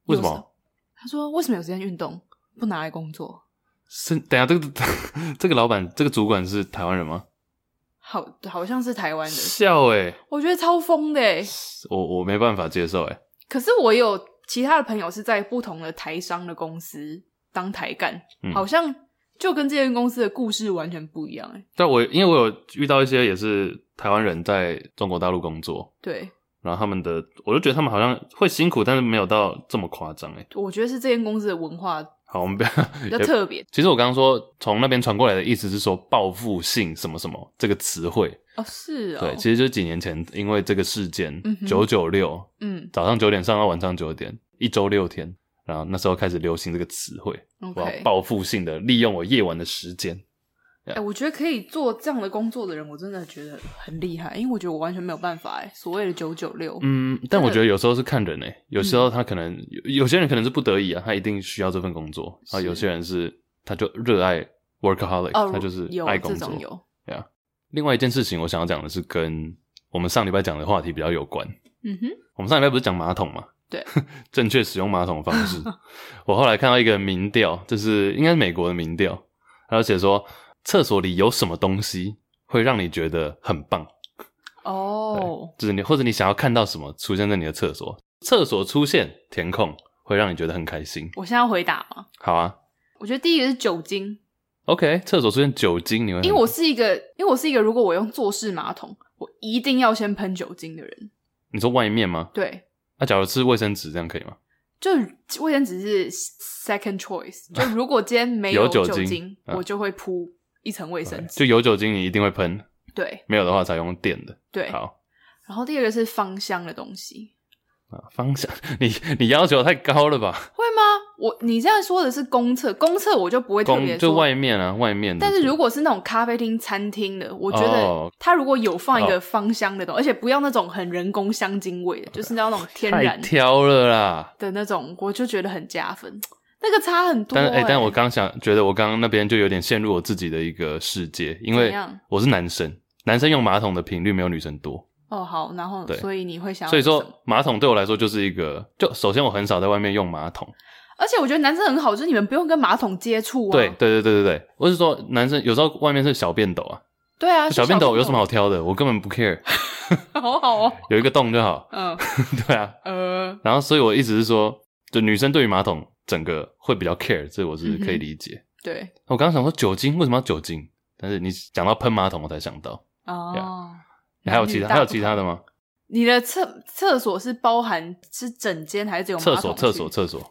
A: 为什么
B: 有时候？”他说：“为什么有时间运动不拿来工作？
A: 是等一下这个 这个老板这个主管是台湾人吗？
B: 好，好像是台湾的，
A: 笑哎、
B: 我觉得超疯的、欸。
A: 我我没办法接受哎、
B: 可是我有其他的朋友是在不同的台商的公司当台干，
A: 嗯
B: 好像就跟这间公司的故事完全不一样、欸。
A: 但我因为我有遇到一些也是台湾人在中国大陆工作，
B: 对，
A: 然后他们的，我就觉得他们好像会辛苦，但是没有到这么夸张哎。
B: 我觉得是这间公司的文化
A: 好，我们不要
B: 比较
A: 也
B: 特别
A: 其实我刚刚说从那边传过来的意思是说报复性什么什么这个词汇，
B: 哦，是哦，
A: 对，其实就是几年前因为这个事件
B: 嗯，哼
A: 九九六
B: 嗯
A: 早上九点上到晚上九点，一周六天，然后那时候开始流行这个词汇，我
B: ，OK，
A: 要报复性的利用我夜晚的时间，
B: 哎、我觉得可以做这样的工作的人，我真的觉得很厉害，因为我觉得我完全没有办法哎、所谓的九九六，
A: 嗯，但我觉得有时候是看人诶、欸
B: 嗯
A: 有时候他可能有有些人可能是不得已啊，他一定需要这份工作，啊，
B: 是
A: 有些人是他就热爱 workaholic，、
B: 哦，
A: 他就是
B: 有
A: 爱工
B: 这
A: 作
B: 种。有，
A: 另外一件事情，我想要讲的是跟我们上礼拜讲的话题比较有关。
B: 嗯哼，
A: 我们上礼拜不是讲马桶嘛？
B: 对，
A: 正确使用马桶的方 式。我后来看到一个民调，就是应该是美国的民调，它就写说厕所里有什么东西会让你觉得很棒，
B: 哦，
A: 就是你或者你想要看到什么出现在你的厕所，厕所出现填空会让你觉得很开心。
B: 我现在要回答吗？
A: 好啊
B: 我觉得第一个是酒精，
A: ，OK，厕所出现酒精，你会很
B: 因为我是一个，因为我是一个，如果我用坐式马桶，我一定要先喷酒精的人。
A: 你说外面吗？
B: 对，
A: 那、假如是卫生纸，这样可以吗？
B: 就卫生纸是 second choice，就如果今天没
A: 有酒
B: 酒
A: 精啊
B: 我就会铺一层卫生纸。
A: 就有酒精，你一定会喷；
B: 对
A: 没有的话，才用电的。
B: 对，
A: 好。
B: 然后第二个是芳香的东西，
A: 啊，方向， 你你要求太高了吧？
B: 会吗？我你这样说的是公厕，公厕我就不会特别
A: 公就
B: 说
A: 外面啊，外面的这。
B: 但是如果是那种咖啡厅、餐厅的，我觉
A: 哦
B: 得它如果有放一
A: 哦
B: 个芳香的东西，而且不要那种很人工香精味的，就是要那种天
A: 太
B: 然
A: 挑了啦。
B: 的那种，我就觉得很加分。那个差很多、
A: 但
B: 欸。
A: 是哎、但我刚想觉得我刚刚那边就有点陷入我自己的一个世界，因为
B: 怎样
A: 我是男生，男生用马桶的频率没有女生多，
B: 哦好，然后
A: 对
B: 所以你会想要
A: 所以
B: 什么，
A: 说马桶对我来说就是一个，就首先我很少在外面用马桶，
B: 而且我觉得男生很好，就是你们不用跟马桶接触啊。
A: 对对对对对对，我是说男生有时候外面是小便斗啊，
B: 对啊，
A: 小便斗有什么
B: 好？
A: 好挑的？我根本不 care，
B: 好好哦，
A: 有一个洞就好，
B: 嗯
A: 对啊，
B: 呃，
A: 然后，所以我一直是说，就女生对于马桶整个会比较 care，这我
B: 嗯
A: 是可以理解。
B: 对
A: 我刚刚想说酒精为什么要酒精，但是你讲到喷马桶，我才想到。
B: 哦。
A: 啊还有其他
B: 男女大
A: 还有其他的吗？
B: 你的厕厕所是包含是整间还是只有马
A: 厕
B: 桶
A: 所
B: 区
A: 厕所厕所，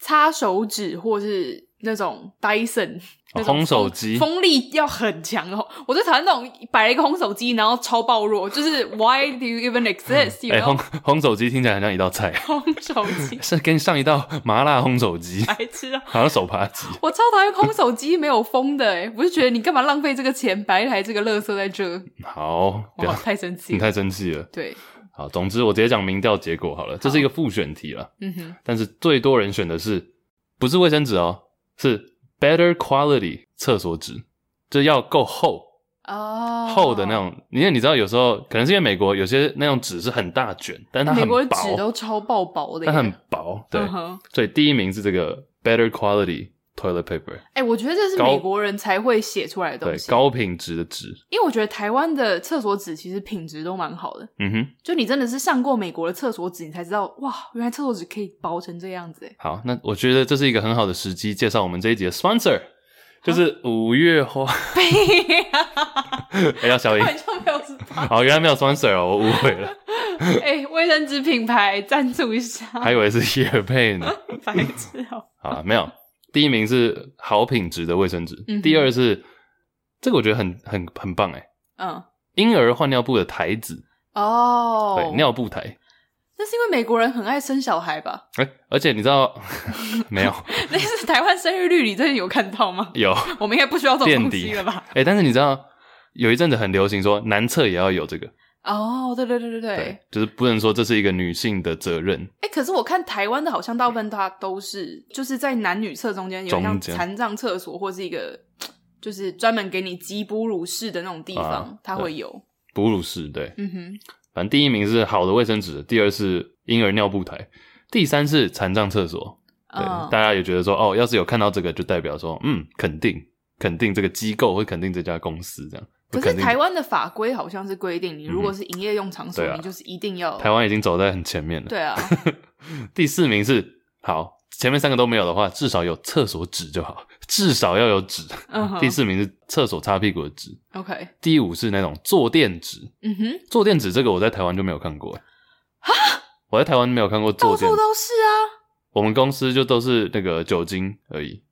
B: 擦手指或是那种 Dyson
A: 哦
B: 那种
A: 烘手
B: 风
A: 机
B: 风力要很强哦。我最讨厌那种摆了一个烘手机，然后超暴弱，就是 Why do you even exist？
A: 哎、
B: 然后
A: 烘烘手机听起来很像一道菜，，
B: 烘手机
A: 是跟上一道麻辣烘手机，
B: 白痴啊！
A: 好像手扒鸡。
B: 我超讨厌烘手机没有风的、欸，我就觉得你干嘛浪费这个钱，摆一台这个垃圾在这，
A: 好，不
B: 我
A: 要，
B: 太生气
A: 你
B: 了。
A: 太生气了。
B: 对，
A: 好，总之我直接讲民调结果好了，这是一个复选题了，
B: 嗯哼，
A: 但是最多人选的是不是卫生纸哦，是 better quality 厕所纸，就要够厚。
B: 哦，
A: 厚的那，种，因为你知道有时候可能是因为美国有些那种纸是很大卷，但它
B: 美
A: 很
B: 国的纸
A: 薄，
B: 都超爆薄的耶，
A: 它很薄，对，
B: 嗯哼
A: 所以第一名是这个 better quality toilet paper，
B: 哎、我觉得这是
A: 高
B: 美国人才会写出来的
A: 对
B: 东，西，
A: 高品质的纸，
B: 因为我觉得台湾的厕所纸其实品质都蛮好的，
A: 嗯哼，
B: 就你真的是上过美国的厕所纸，你才知道哇，原来厕所纸可以薄成这样子 哎。
A: 好，那我觉得这是一个很好的时机，介绍我们这一集的 sponsor，就是五月花， 哎呀，小
B: 根
A: 英，
B: 本就没有知道。
A: 好，原来没有 sponsor 哦，我误会了，
B: 哎、卫生纸品牌赞助一下，
A: 还以为是叶配呢，
B: 白痴哦、
A: 好啦，没有。第一名是好品质的卫生纸，
B: 嗯哼
A: 第二是这个我觉得很很很棒哎，
B: 嗯，
A: 婴儿换尿布的台子，
B: 哦、
A: 对，尿布台。
B: 那是因为美国人很爱生小孩吧？
A: 哎、而且你知道没有
B: 那是台湾生育率，你最近有看 到吗？
A: 有
B: 我们应该不需要这种
A: 垫
B: 东
A: 底
B: 西了吧？
A: 哎、但是你知道有一阵子很流行说男厕也要有这个，
B: 哦、对对对对对。
A: 对，就是不能说这是一个女性的责任，
B: 哎、可是我看台湾的，好像大部分它都是就是在男女厕中间有
A: 中
B: 点像
A: 间
B: 残障厕所或是一个就是专门给你挤哺乳室的那种地方，
A: 啊
B: 它会有。
A: 哺乳室对。
B: 嗯哼，
A: 反正第一名是好的卫生纸，第二是婴儿尿布台，第三是残障厕所。对，
B: 嗯，
A: 大家也觉得说哦，要是有看到这个，就代表说嗯，肯定肯定这个机构会肯定这家公司这样。
B: 可
A: 会
B: 是
A: 肯定
B: 台湾的法规好像是规定，你
A: 嗯
B: 如果是营业用场所，
A: 对啊
B: 你就是一定要。
A: 台湾已经走在很前面了。
B: 对啊，
A: 第四名是好，前面三个都没有的话，至少有厕所纸就好， 至少要有纸。
B: 嗯哼
A: 第四名是厕所擦屁股的纸，
B: ，OK，
A: 第五是那种坐垫纸。
B: 嗯哼，
A: 坐垫纸这个我在台湾就没有看过，我在台湾没有看过坐
B: 到
A: 垫
B: 处
A: 纸，
B: 都是啊。
A: 我们公司就都是那个酒精而已，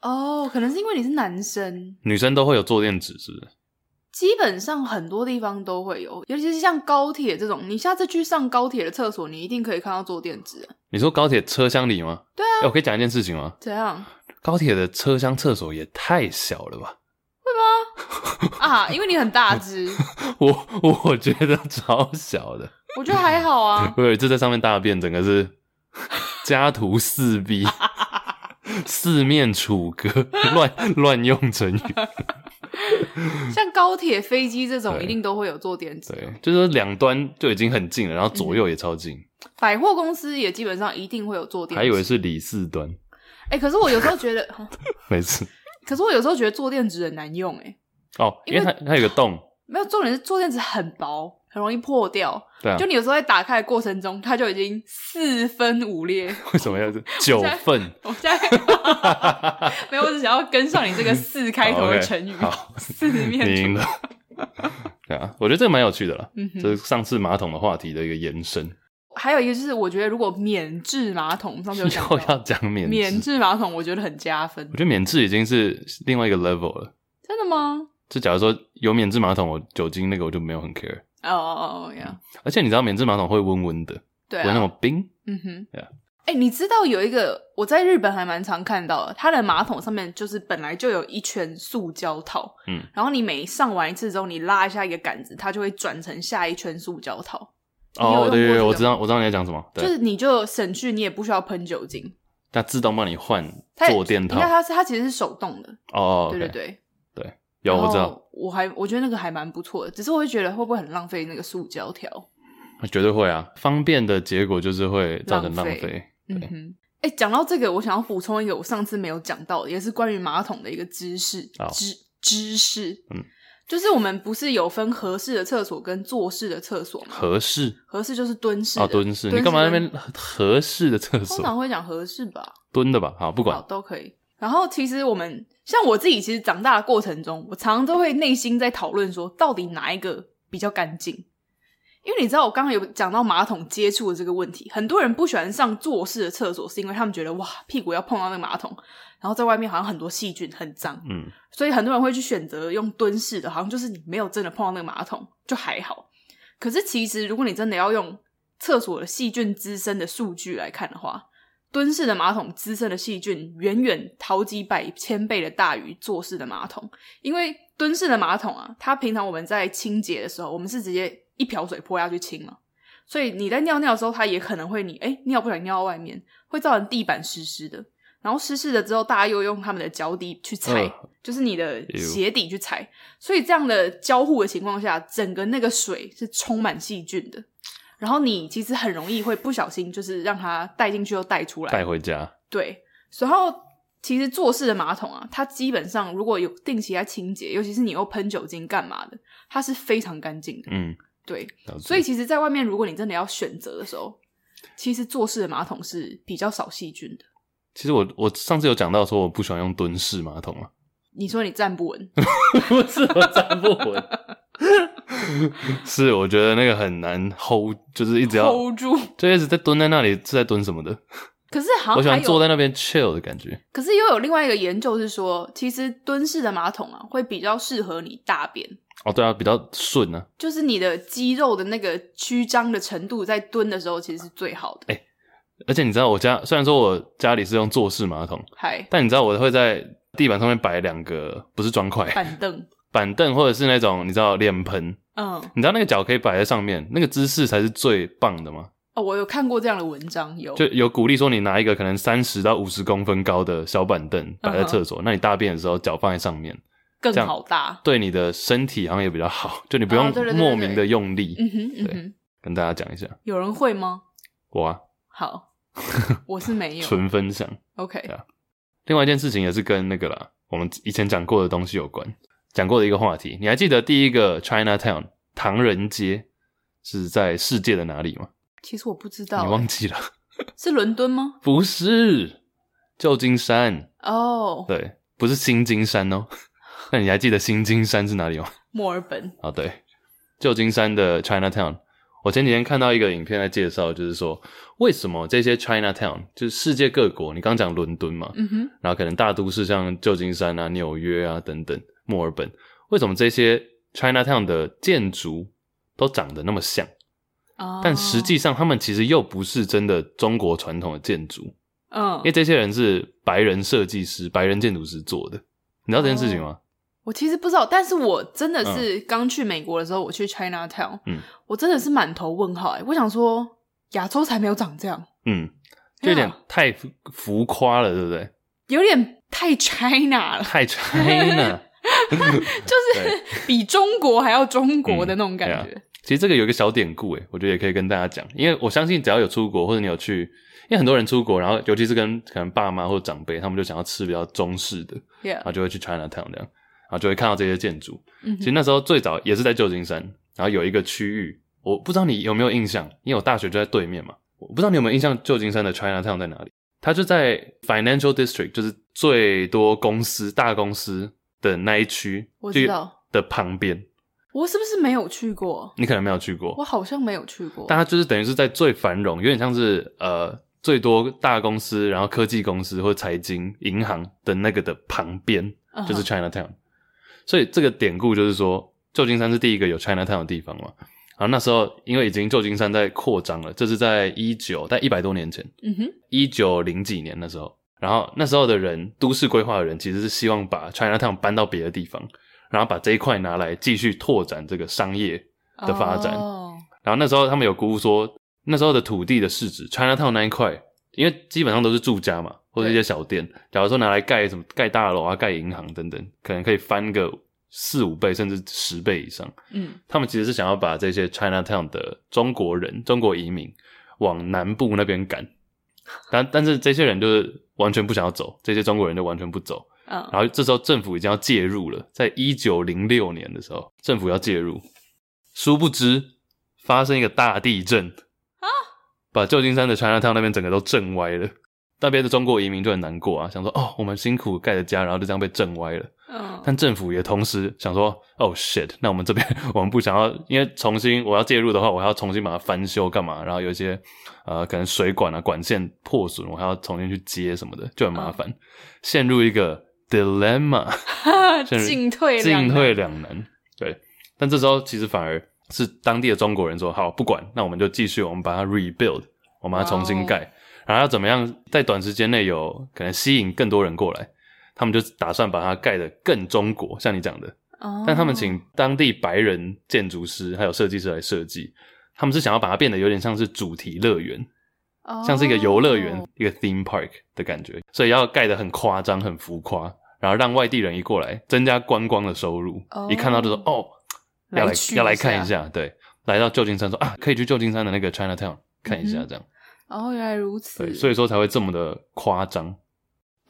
B: 哦，可能是因为你是男生，
A: 女生都会有坐垫纸，是不是？
B: 基本上很多地方都会有，尤其是像高铁这种，你下次去上高铁的厕所，你一定可以看到坐垫纸。
A: 你说高铁车厢里吗？
B: 对
A: 啊，我可以讲一件事情吗？
B: 怎样
A: 高铁的车厢厕所也太小了吧？
B: 啊？因为你很大只，
A: 我我觉得超小的，
B: 我觉得还 好啊。
A: 我有一次在上面大便，整个是 家徒四壁，四面楚歌， 乱乱用成 语。
B: 像高铁、飞机这种，
A: 对
B: 一定都会有坐垫纸。
A: 对，就是说两端就已经很近了，然后左右也超近，
B: 百货公司也基本上一定会有坐垫纸。
A: 还以为是李四端，
B: 哎、可是我有时候觉得， 哈
A: 没事。
B: 可是我有时候觉得坐垫纸很难用、哎，
A: 哦，因
B: 因
A: 为
B: 为
A: 它它有个洞，
B: 没有重点是坐垫纸很薄，很容易破掉。
A: 对啊
B: 就，你有时候在打开的过程中，它就已经四分五裂。
A: 为什么要是 九份？
B: 我现在没有，我只想要跟上你这个“四”开头的成语
A: 好，OK，好，
B: 四面
A: 你赢
B: 楚
A: 了。 对啊，我觉得这个蛮有趣的啦，
B: 嗯哼
A: 这是上次马桶的话题的一个延伸。
B: 还有一个就是，我觉得如果免治马桶，上次有
A: 以
B: 讲
A: 后要
B: 到
A: 讲免
B: 免
A: 治，
B: 治马桶，我觉得很加分
A: 我。觉得免治已经是另外一个 level 了。
B: 真的吗？
A: 就假如说有免治马桶，我酒精那个我就没有很 care。
B: 哦哦哦呀，
A: 而且你知道免治马桶会温温的，
B: 对
A: 不会那
B: 啊，
A: 么冰。
B: 嗯哼
A: Yeah。
B: 哎、你知道有一个我在日本还蛮常看到的，它的马桶上面就是本来就有一圈塑胶套，
A: 嗯，
B: 然后你每上完一次之后，你拉一下一个杆子，它就会转成下一圈塑胶套，你有用
A: 哦，
B: 过
A: 对对
B: 这
A: 对，
B: 个
A: 我知道我知道你在讲什么。
B: 就
A: 对，
B: 是你就省去，你也不需要喷酒精，
A: 它自动帮你换
B: 它也
A: 坐垫套
B: 应。该它是它其实是手动的，
A: 哦，
B: 对对
A: OK，
B: 对。
A: 有
B: 然
A: 我
B: 后
A: 知道，
B: 我还我觉得那个还蛮不错的，只是我会觉得会不会很浪费那个塑胶条？
A: 绝对会啊。方便的结果就是会造成浪
B: 浪费
A: 费。
B: 嗯哼。哎、讲到这个，我想要补充一个我上次没有讲到的，也是关于马桶的一个知识
A: 好
B: 知知识。
A: 嗯，
B: 就是我们不是有分合适的厕所跟坐式的厕所吗？
A: 合适
B: 合适就是蹲式的
A: 啊，蹲式，
B: 跟
A: 你干嘛那边合适的厕
B: 通
A: 所
B: 常会讲合适吧？
A: 蹲的吧？好，不
B: 好
A: 管
B: 哦都可以。然后其实我们像我自己，其实长大的过程中，我常常都会内心在讨论说，到底哪一个比较干净？因为你知道，我刚刚有讲到马桶接触的这个问题，很多人不喜欢上坐式的厕所，是因为他们觉得哇，屁股要碰到那个马桶，然后在外面好像很多细菌，很脏，
A: 嗯，
B: 所以很多人会去选择用蹲式的，好像就是你没有真的碰到那个马桶就还好。可是其实如果你真的要用厕所的细菌滋生的数据来看的话，蹲式的马桶滋生的细菌远远好几百千倍的大于坐式的马桶，因为蹲式的马桶啊，它平常我们在清洁的时候，我们是直接一瓢水泼下去清嘛，所以你在尿尿的时候，它也可能会你哎、诶尿不小心尿到外面，会造成地板湿湿的。然后湿湿的之后，大家又用他们的脚底去踩，
A: 呃
B: 就是你的
A: Ew
B: 鞋底去踩，所以这样的交互的情况下，整个那个水是充满细菌的。然后你其实很容易会不小心，就是让它带进去又带出来，
A: 带回家。
B: 对，然后其实坐式的马桶啊，它基本上如果有定期在清洁，尤其是你又喷酒精干嘛的，它是非常干净的。
A: 嗯，
B: 对，
A: 了解
B: 所以其实，在外面如果你真的要选择的时候，其实坐式的马桶是比较少细菌的。
A: 其实我我上次有讲到说我不喜欢用蹲式马桶啊嘛，
B: 你说你站不 稳，
A: 不是我站不稳， 是我觉得那个很难 hold，就是一直要
B: hold 住，
A: 就一直在蹲在那里是在蹲什么的，
B: 可是好
A: 我
B: 像
A: 喜
B: 还
A: 欢坐
B: 有，
A: 在那边 chill 的感觉。
B: 可是又有另外一个研究是说，其实蹲式的马桶啊，会比较适合你大便。
A: 哦，对啊，比较顺啊。
B: 就是你的肌肉的那个曲张的程度，在蹲的时候其实是最好的。
A: 而且你知道我家虽然说我家里是用坐式马桶，
B: 嗨，
A: 但你知道我会在地板上面摆两个不是砖块
B: 板凳，
A: 板凳或者是那种你知道脸盆，
B: 嗯，
A: 你知道那个脚可以摆在上面，那个姿势才是最棒的吗？
B: 哦，我有看过这样的文章，嗯哦有
A: 就有鼓励说你拿一个可能三十到五十公分高的小板凳摆在厕所，那你大便的时候脚放在上面，
B: 更
A: 这样
B: 好搭。
A: 对你的身体好像也比较好，就你不用
B: 哦对对对对
A: 莫名的用力。
B: 嗯哼，嗯
A: 对
B: 哼，
A: 跟大家讲一下，
B: 有人会吗？
A: 我啊，
B: 好，我是没有。
A: 纯分享。
B: OK，
A: 另外一件事情也是跟那个啦，我们以前讲过的东西有关，讲过的一个话题。你还记得第一个 China Town 唐人街是在世界的哪里吗？
B: 其实我不知
A: 你
B: 道欸，
A: 忘记了？
B: 是伦敦吗？
A: 不是，旧金山。
B: 哦，
A: 对，不是新金山哦。 那你还记得新金山是哪里吗？
B: 墨尔本，
A: 啊，对，旧金山的 Chinatown。我前几天看到一个影片在介绍，就是说为什么这些 Chinatown 就是世界各国，你刚讲伦敦嘛，
B: 嗯哼，
A: 然后可能大都市像旧金山啊、纽约啊等等，墨尔本，为什么这些 Chinatown 的建筑都长得那么像？
B: 哦
A: 但实际上，他们其实又不是真的中国传统的建筑，
B: 嗯
A: 因为，这些人是白人设计师、白人建筑师做的。你知道这件事情
B: 哦
A: 吗？
B: 我其实不知道，但是我真的是刚去美国的时候，我去 China Town，
A: 嗯，
B: 我真的是满头问号、欸，我想说亚洲才没有长这样，
A: 嗯，就有点
B: 哎呀
A: 太浮浮夸了，对不对？
B: 有点太 China 了，
A: 太 China。
B: 就是比中国还要中国的那种感
A: 嗯
B: 觉。
A: 其实这个有一个小典故，诶，我觉得也可以跟大家讲，因为我相信只要有出国或者你有去，因为很多人出国，然后尤其是跟可能爸妈或长辈，他们就想要吃比较中式的，然
B: Yeah，
A: 后就会去 China Town 这样，然后就会看到这些建筑。
B: 嗯哼
A: 其实那时候最早也是在旧金山，然后有一个区域，我不知道你有没有印象，因为我大学就在对面嘛，我不知道你有没有印象旧金山的 China Town 在哪里？它就在 Financial District，就是最多公司大公司的那一区，
B: 我知道
A: 就的旁边，
B: 我是不是没有去过？
A: 你可能没有去过，
B: 我好像没有去过。
A: 但它就是等于是在最繁荣，有点像是呃最多大公司，然后科技公司或财经、银行的那个的旁边，
B: 嗯哼
A: 就是 Chinatown。所以这个典故就是说，旧金山是第一个有 Chinatown 的地方嘛。然后那时候因为已经旧金山在扩张了，这是在一九在一百多年前，
B: 嗯哼，
A: 一九零几年那时候。然后那时候的人，都市规划的人其实是希望把 Chinatown 搬到别的地方，然后把这一块拿来继续拓展这个商业的发展
B: 哦
A: 然后那时候他们有估说，那时候的土地的市值，Chinatown 那一块，因为基本上都是住家嘛，或者一些小店，假如说拿来盖什么盖大楼啊、盖银行等等，可能可以翻个四五倍甚至十倍以上。
B: 嗯，
A: 他们其实是想要把这些 Chinatown 的中国人、中国移民往南部那边赶，但但是这些人就是完全不想要走，这些中国人就完全不走。
B: 嗯，
A: 然后这时候政府已经要介入了，在一九零六年的时候，政府要介入，殊不知发生一个大地震
B: 啊，
A: 把旧金山的 Chinatown 那边整个都震歪了。那边的中国移民就很难过啊，想说哦，我们辛苦盖的家，然后就这样被震歪了。
B: 嗯，
A: 但政府也同时想说，哦 shit，那我们这边 我们不想要，因为重新我要介入的话，我还要重新把它翻修干嘛？然后有一些呃，可能水管啊、管线破损，我还要重新去接什么的，就很
B: 嗯
A: 麻烦，陷入一个 dilemma，陷入
B: 进退两
A: 进
B: 难
A: 退两难。对，但这时候其实反而是当地的中国人说，好，不管，那我们就继续，我们把它 rebuild，我们把它重新
B: 哦
A: 盖，然后要怎么样在短时间内有可能吸引更多人过来。他们就打算把它盖得更中国，像你讲的，
B: 哦
A: 但他们请当地白人建筑师还有设计师来设计，他们是想要把它变得有点像是主题乐园，像是一个游乐园
B: 哦、
A: 一个 theme park 的感觉，所以要盖得很夸张、很浮夸，然后让外地人一过来，增加观光的收入
B: 哦，
A: 一看到就说哦，
B: 来
A: 要来
B: 去
A: 要
B: 一
A: 来
B: 下
A: 看一下，对，来到旧金山说啊，可以去旧金山的那个 Chinatown 看一下
B: 嗯哼
A: 这样，
B: 哦，原来如此。
A: 对，所以说才会这么的夸张，
B: 欸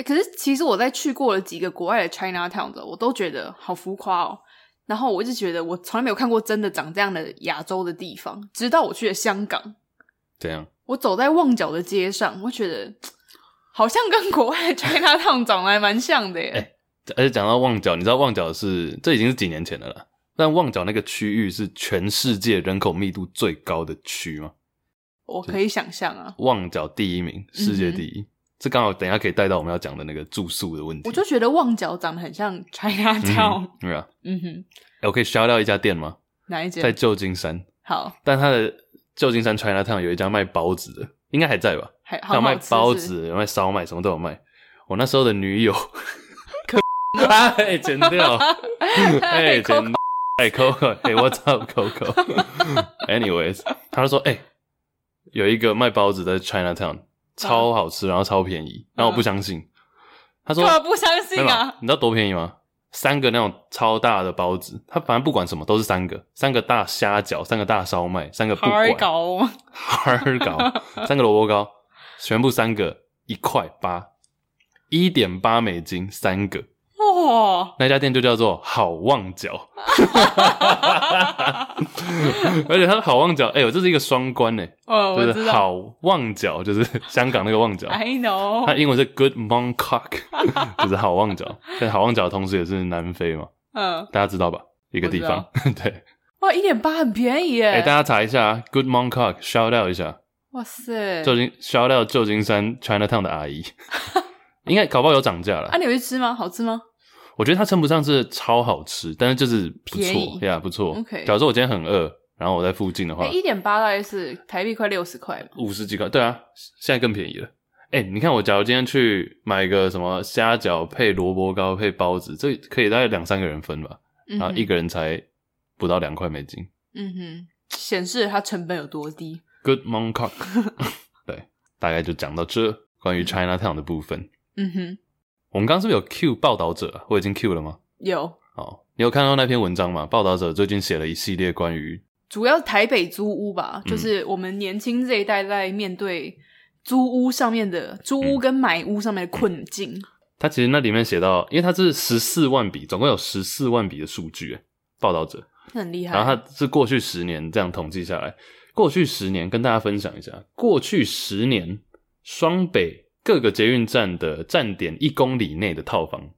B: 可是其实我在去过了几个国外的 China Town 的，我都觉得好浮夸哦。然后我就觉得我从来没有看过真的长这样的亚洲的地方，直到我去了香港，
A: 这样。
B: 我走在旺角的街上，我觉得好像跟国外的 China Town 长得还蛮像的耶。
A: 哎而且讲到旺角，你知道旺角是这已经是几年前的了啦。但旺角那个区域是全世界人口密度最高的区吗？
B: 我可以想象啊，
A: 旺角第一名，世
B: 嗯
A: 界第一。这刚好等一下可以带到我们要讲的那个住宿的问题。
B: 我就觉得旺角长得很像 China Town
A: 嗯。对啊，
B: 嗯哼，
A: 哎我可以 shout 到一家店吗？
B: 哪一
A: 在
B: 间？
A: 旧金山，
B: 好，
A: 但它的旧金山 China Town 有一家卖包子的，应该还在吧？
B: 还
A: 它
B: 好
A: 有
B: 好
A: 卖
B: 吃是
A: 包
B: 不是，
A: 子，有卖烧麦，什么都有卖。我那时候的女友，可 哎，剪掉，哎，剪掉，哎，Coco，哎，What's up，Coco？Anyways，他就说，哎，有一个卖包子的 Chinatown，超好吃，然后超便宜，然后我不相信，他说
B: 嗯干嘛不相
A: 没
B: 信
A: 有
B: 啊？
A: 你知道多便宜吗？三个那种超大的包子，他反正不管什么都是三个，三个大虾饺，三个大烧麦，三个不
B: 好
A: 管
B: 儿搞哦，
A: 哈尔 糕，三个萝卜糕，全部三个一块八，一点八美金三个，
B: 哦么？
A: 那家店就叫做好旺 角，而且它的好旺角，哎、呦，这是一个双关呢、
B: 哦，我
A: 就
B: 知
A: 是
B: 道哎
A: 好旺角，就是香港那个旺角，
B: ，I
A: 它
B: know，
A: 英文是 Good Mongkok，就是 好旺角。但好旺角同时也是南非嘛，
B: 嗯，
A: 大家知道吧？一个地方， 对，
B: 哇，一点八很便宜耶，
A: 哎、大家查一下啊，Good Mongkok，shout out 一下，
B: 哇塞，
A: 旧金 shout out 旧金山 China Town 的阿 姨，应该搞不好有涨价了
B: 啊，。你有去吃吗？好吃吗？
A: 我觉得它称不上是超好吃，但是就是不
B: 便宜
A: 错呀，不错。
B: OK
A: 假如说我今天很饿，然后我在附近的话
B: 哎，，一点八大概是台币快六十块嘛，
A: 五十几块，对啊，现在更便宜了。哎、你看我假如今天去买个什么虾饺配萝卜糕配包子，这可以大概两三个人分吧，
B: 嗯
A: 然后
B: 哼
A: 一个人才不到两块美金。
B: 嗯哼，显示它成本有多低。
A: Good Mongkok，对，大概就讲到这关于 China Town 的部分。
B: 嗯哼，
A: 我们刚刚是不是有 Q 报道者啊？我已经 Q 了吗？
B: 有，
A: 哦，你有看到那篇文章吗？报道者最近写了一系列关于
B: 主要是台北租屋吧，
A: 嗯
B: 就是我们年轻这一代在面对租屋上面的租
A: 嗯
B: 屋跟买屋上面的困境。
A: 他其实那里面写到，因为他是十四万笔，总共有十四万笔的数据，诶报道者，
B: 那很厉害，
A: 然后他是过去十年这样统计下来，过去十年跟大家分享一下，过去十年双北各个捷运站的站点一公里内的套房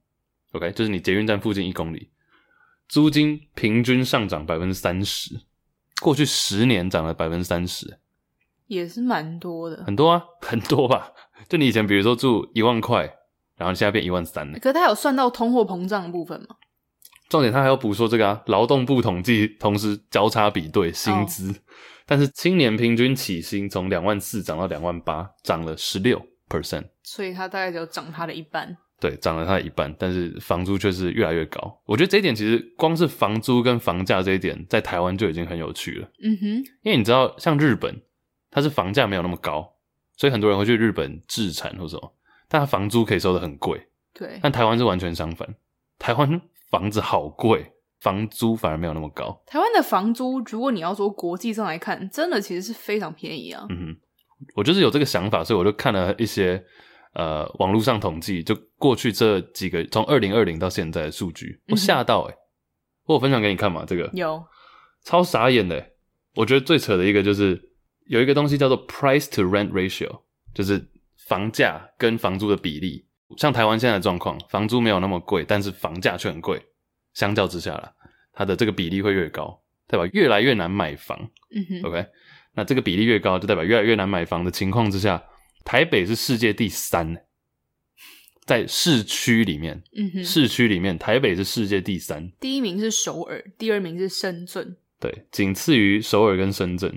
A: ，OK，就是你捷运站附近一公里，租金平均上涨百分之三十，过去十年涨了百分之三十，
B: 也是蛮多的。
A: 很多啊， 很多吧？就你以前比如说住一万块，然后你现在变一万三了。
B: 可是他有算到通货膨胀的部分吗？
A: 重点他还要补说这个啊，劳动部统计同时交叉比对薪资，但是青年平均起薪从两万四涨到两万八，涨了十六 percent，
B: 所以他大概只有涨他的一半。
A: 对，涨了它的一半，但是房租却是越来越高。我觉得这一点其实光是房租跟房价这一点，在台湾就已经很有趣了，
B: 嗯哼，
A: 因为你知道，像日本，它是房价没有那么高，所以很多人会去日本置产或什么，但它房租可以收的很贵，
B: 对，
A: 但台湾是完全相反，台湾房子好贵，房租反而没有那么高。
B: 台湾的房租，如果你要说国际上来看，真的其实是非常便宜啊。
A: 嗯哼，我就是有这个想法，所以我就看了一些呃网络上统计，就过去这几个从二零二零到现在的数据，我吓到诶、欸我有分享给你看嘛，这个
B: 有，
A: 超傻眼的欸、我觉得最扯的一个就是有一个东西叫做 price to rent ratio，就是房价跟房租的比例。像台湾现在的状况，房租没有那么贵，但是房价却很贵，相较之下啦，它的这个比例会越高，代表越来越难买房。
B: 嗯哼，
A: OK，那这个比例越高，就代表越来越难买房的情况之下，台北是世界第三，欸在市区里面，
B: 嗯哼，
A: 市区里面台北是世界第三，
B: 第一名是首尔，第二名是深圳。
A: 对，仅次于首尔跟深圳。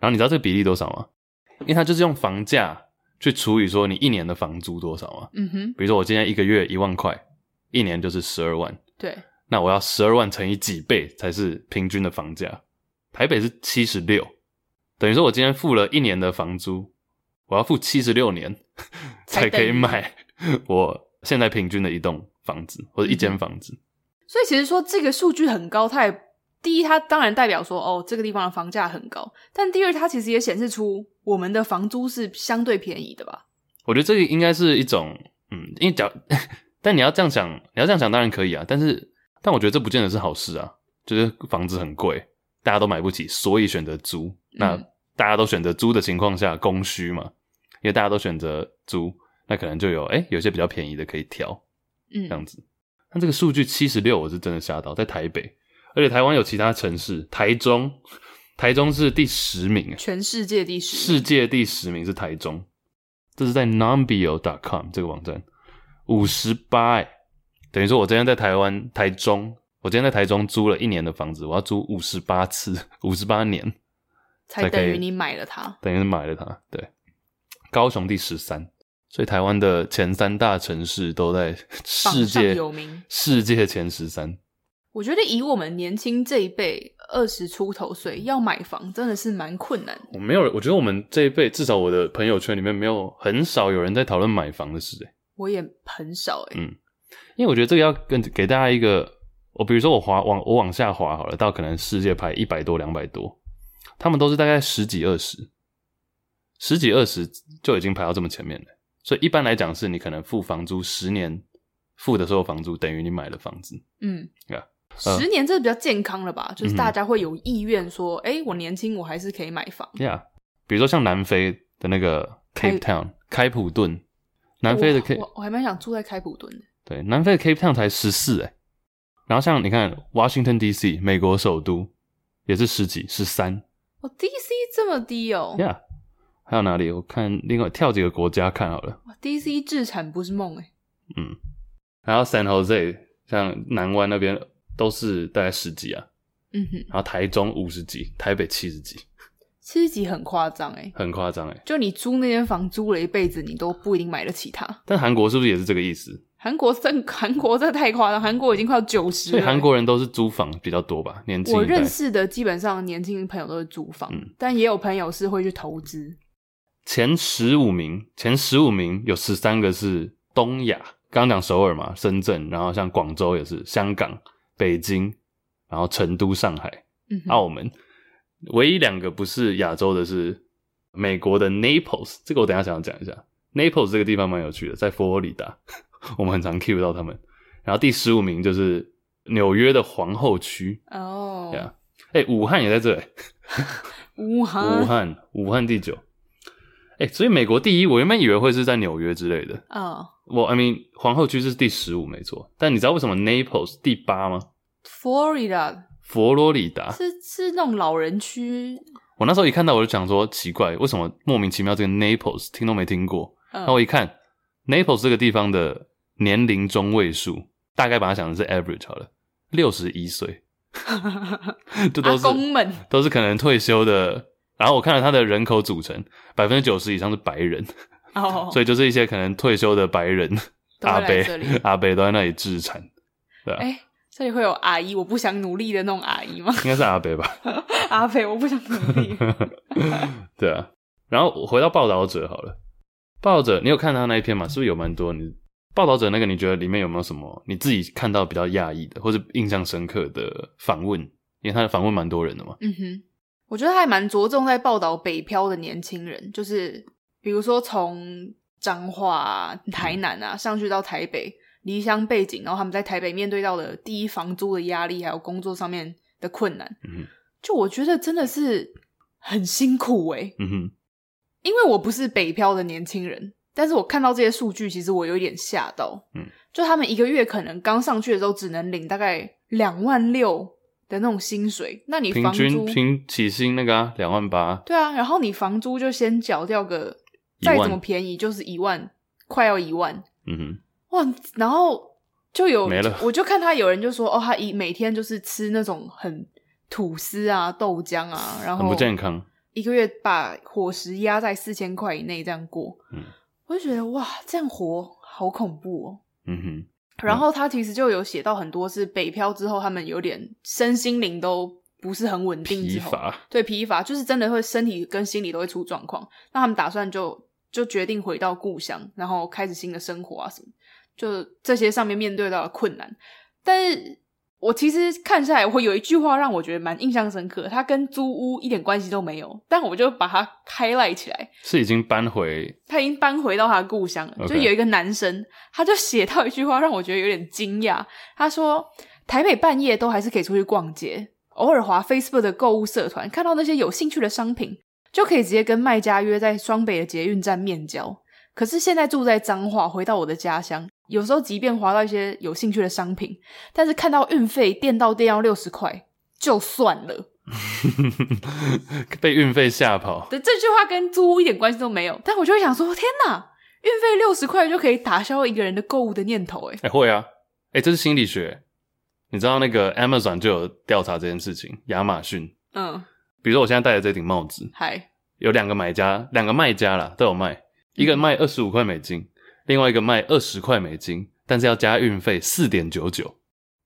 A: 然后你知道这个比例多少吗？因为它就是用房价去除以说你一年的房租多少嘛。
B: 嗯哼，
A: 比如说我今天一个月一万块，一年就是十二万，
B: 对，
A: 那我要十二万乘以几倍才是平均的房价？台北是七十六，等于说我今天付了一年的房租，我要付七十六年 才
B: 才
A: 可以
B: 等于
A: 买我现在平均的一栋房子或者一
B: 嗯
A: 间
B: 哼
A: 房子。
B: 所以其实说这个数据很高，它也第一，它当然代表说哦，这个地方的房价很高，但第二，它其实也显示出我们的房租是相对便宜的吧？
A: 我觉得这个应该是一种，嗯，因为讲， 但你要这样想，你要这样想当然可以啊，但是但我觉得这不见得是好事啊，就是房子很贵，大家都买不起，所以选择租。那
B: 嗯
A: 大家都选择租的情况下，供需嘛，因为大家都选择租，那可能就有哎、诶有些比较便宜的可以挑这样
B: 嗯，
A: 子。那这个数据七十六，我是真的吓到，在台北，而且台湾有其他城市，台中，台中是第十名，啊诶
B: 全世界第十。
A: 世界第十名是台中，这是在 numbio.com 这个网站，五十八哎，等于说我今天在台湾台中，我今天在台中租了一年的房子，我要租五十八次，五十八年，
B: 才
A: 才可
B: 等
A: 以
B: 于你买了它。
A: 等于是买了它。对，高雄第十三，所以台湾的前三大城市都在世界
B: 有名
A: 世界前十三。
B: 我觉得以我们年轻这一辈二十出头岁要买房，真的是蛮困难的。
A: 我没有，我觉得我们这一辈，至少我的朋友圈里面没有很少有人在讨论买房的事、欸。
B: 我也很少哎、
A: 嗯因为我觉得这个要跟给大家一个，我比如说我滑往我往下滑好了，到可能世界排一百多、两百多，他们都是大概十几、二十，十几、二十就已经排到这么前面了。所以一般来讲，是你可能付房租十年，付的所有房租等于你买了房子。
B: 嗯
A: Yeah，呃
B: 十年这比较健康了吧？就是
A: 嗯
B: 大家会有意愿说，哎、我年轻，我还是可以买房。
A: Yeah，比如说像南非的那个
B: 开
A: Cape Town 开普敦，南非的 Cape
B: 我我我还蛮想住在开普敦的。
A: 对，南非的 Cape Town 才十四哎，然后像你看 Washington D.C. 美国首都也是十几十三
B: 我 DC 这么低哦、
A: ，Yeah，还有哪里？我看另外跳几个国家看好了，
B: 哇 DC 自产不是梦哎、
A: 然后 San Jose 像南湾那边都是大概十几啊，
B: 嗯哼，
A: 然后台中五十几，台北七十几，
B: 七十几很夸张哎。
A: 很夸张哎。
B: 就你租那间房租了一辈子，你都不一定买得起它。
A: 但韩国是不是也是这个意思？
B: 韩国真韩国这太夸张，韩国已经快要九十
A: 所
B: 了。欸
A: 以韩国人都是租房比较多吧，年轻
B: 我
A: 一代
B: 认。识的基本上年轻朋友都是租房，
A: 嗯
B: 但也有朋友是会去投资。
A: 前十五名，前十五名有十三个是东亚，刚刚讲首尔嘛，深圳，然后像广州也是，香港、北京，然后成都、上海、
B: 嗯哼，
A: 澳门，唯一两个不是亚洲的是美国的 Naples，这个我等一下想要讲一下。Naples 这个地方蛮有趣的，在佛罗里达， 我们很常 cue 到他们。然后第十五名就是纽约的皇后区，
B: 哦、
A: 对啊，哎，武汉也在这里。
B: 武
A: 武
B: 汉
A: 汉，武汉第九。哎、所以美国第一，我原本以为会是在纽约之类的。
B: 啊、
A: 我、I mean，皇后区是第十五，没错。但你知道为什么 Naples 第八吗？
B: f l o r i d a
A: 佛罗里达。
B: 是是那种老人区，
A: 我那时候一看到，我就想说，奇怪，为什么莫名其妙这个 Naples 听都没听过？
B: 嗯
A: 然后我一看，Naples 这个地方的年龄中位数，大概把它想成是 average 好了，六十一 岁，这都
B: 阿
A: 是
B: 公们
A: 都是可能退休的。然后我看了它的人口组成，百分之九十以上是白人。
B: 哦，
A: 所
B: 以
A: 以就是一些可能退休的白人
B: 都会
A: 阿
B: 来
A: 伯
B: 这里
A: 阿伯都在那里置产，对啊，
B: 哎、这里会有阿姨，我不想努力的那种阿 姨吗？
A: 应该是阿伯吧，
B: 阿肥，我不想 努力。
A: 对啊。然后我回到报道者好了，报道者你有看他那一篇吗？是不是有蛮多？你报道者那个你觉得里面有没有什么你自己看到比较讶异的，或者印象深刻的访问？因为他的访问蛮多人的嘛，
B: 嗯哼，我觉得还蛮着重在报道北漂的年轻人，就是比如说从彰化、啊、台南
A: 嗯
B: 啊上去到台北，离乡背景，然后他们在台北面对到的第一房租的压力，还有工作上面的困难，
A: 嗯哼
B: 就我觉得真的是很辛苦诶、
A: 嗯哼，
B: 因为我不是北漂的年轻人，但是我看到这些数据，其实我有一点吓到。
A: 嗯，
B: 就他们一个月可能刚上去的时候，只能领大概两万六的那种薪水，那你
A: 平
B: 房租
A: 均平起薪那个两万八，
B: 对啊，然后你房租就先缴掉个，
A: 一
B: 再
A: 万
B: 怎么便宜就是一万，快要一万
A: 嗯哼，
B: 哇！然后就有
A: 没了
B: 我就看他有人就说哦，他一每天就是吃那种很吐司啊、豆浆啊，然
A: 很
B: 后
A: 不健康，
B: 一个月把伙食压在四千块以内这样过，
A: 嗯，
B: 我就觉得哇，这样活好恐怖哦。
A: 嗯哼，
B: 然后他其实就有写到很多是北漂之后，他们有点身心灵都不是很稳定，
A: 疲
B: 之后。
A: 乏，
B: 对疲乏，就是真的会身体跟心理都会出状况。那他们打算就就决定回到故乡，然后开始新的生活啊什么，就这些上面面对到的困难。但是我其实看下来，我有一句话让我觉得蛮印象深刻，它跟租屋一点关系都没有，但我就把它 highlight 起来。
A: 是已经搬回
B: 他已经搬回到他的故乡了。
A: OK
B: 就有一个男生，他就写到一句话让我觉得有点惊讶。他说：“台北半夜都还是可以出去逛街，偶尔滑 Facebook 的购物社团，看到那些有兴趣的商品，就可以直接跟卖家约在双北的捷运站面交。可是现在住在彰化，回到我的家乡，有时候即便滑到一些有兴趣的商品，但是看到运费电到电要六十块，就算了。”
A: 被运费吓跑，
B: 对，这句话跟租屋一点关系都没有。但我就会想说，天哪，运费六十块就可以打消一个人的购物的念头，哎，
A: 哎、会啊，哎、这是心理学。你知道那个 Amazon 就有调查这件事情，亚马逊。
B: 嗯，
A: 比如说我现在戴的这顶帽子，
B: 还
A: 有两个买家，两个卖家啦都有卖，一
B: 嗯
A: 个卖二十五块美金，另外一个卖二十块美金，但是要加运费四点九九。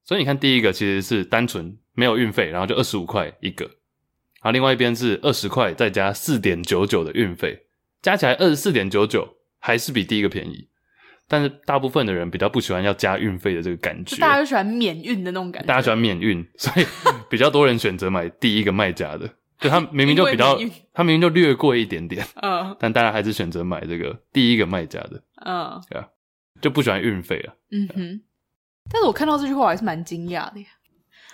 A: 所以你看，第一个其实是单纯没有运费，然后就二十五块一个，然后另外一边是二十块再加四点九九的运费，加起来二十四点九九，还是比第一个便宜。但是大部分的人比较不喜欢要加运费的这个感觉
B: 就，大家就喜欢免运的那种感觉，
A: 大家喜欢免运，所 以比较多人选择买第一个卖家的。就他明明就比较
B: 因为免运，
A: 他明明就略贵一点点，
B: 嗯
A: 但大家还是选择买这个第一个卖家的。
B: 嗯，
A: 就不喜欢运费啊了。
B: 嗯哼，但是我看到这句话我还是蛮惊讶的呀，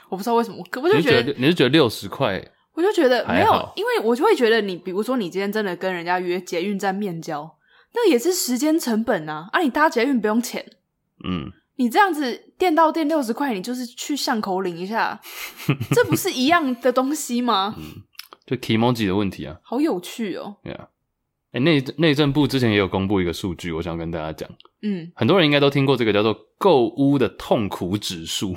B: 我不知道为什么，我我就
A: 你是
B: 觉
A: 觉
B: 得
A: 得你是觉得六十块
B: 我就觉得没
A: 还
B: 有
A: 好，
B: 因为我就会觉得你，比如说你今天真的跟人家约捷运站面交，那也是时间成本啊。啊，你搭捷运不用钱，
A: 嗯，
B: 你这样子店到店六十块，你就是去巷口领一下，这不是一样的东西吗？
A: 就 k i m o j i 的问题啊。
B: 好有趣哦。
A: 哎、内内政部之前也有公布一个数据，我想跟大家讲，
B: 嗯，
A: 很多人应该都听过这个叫做“购屋的痛苦指数”，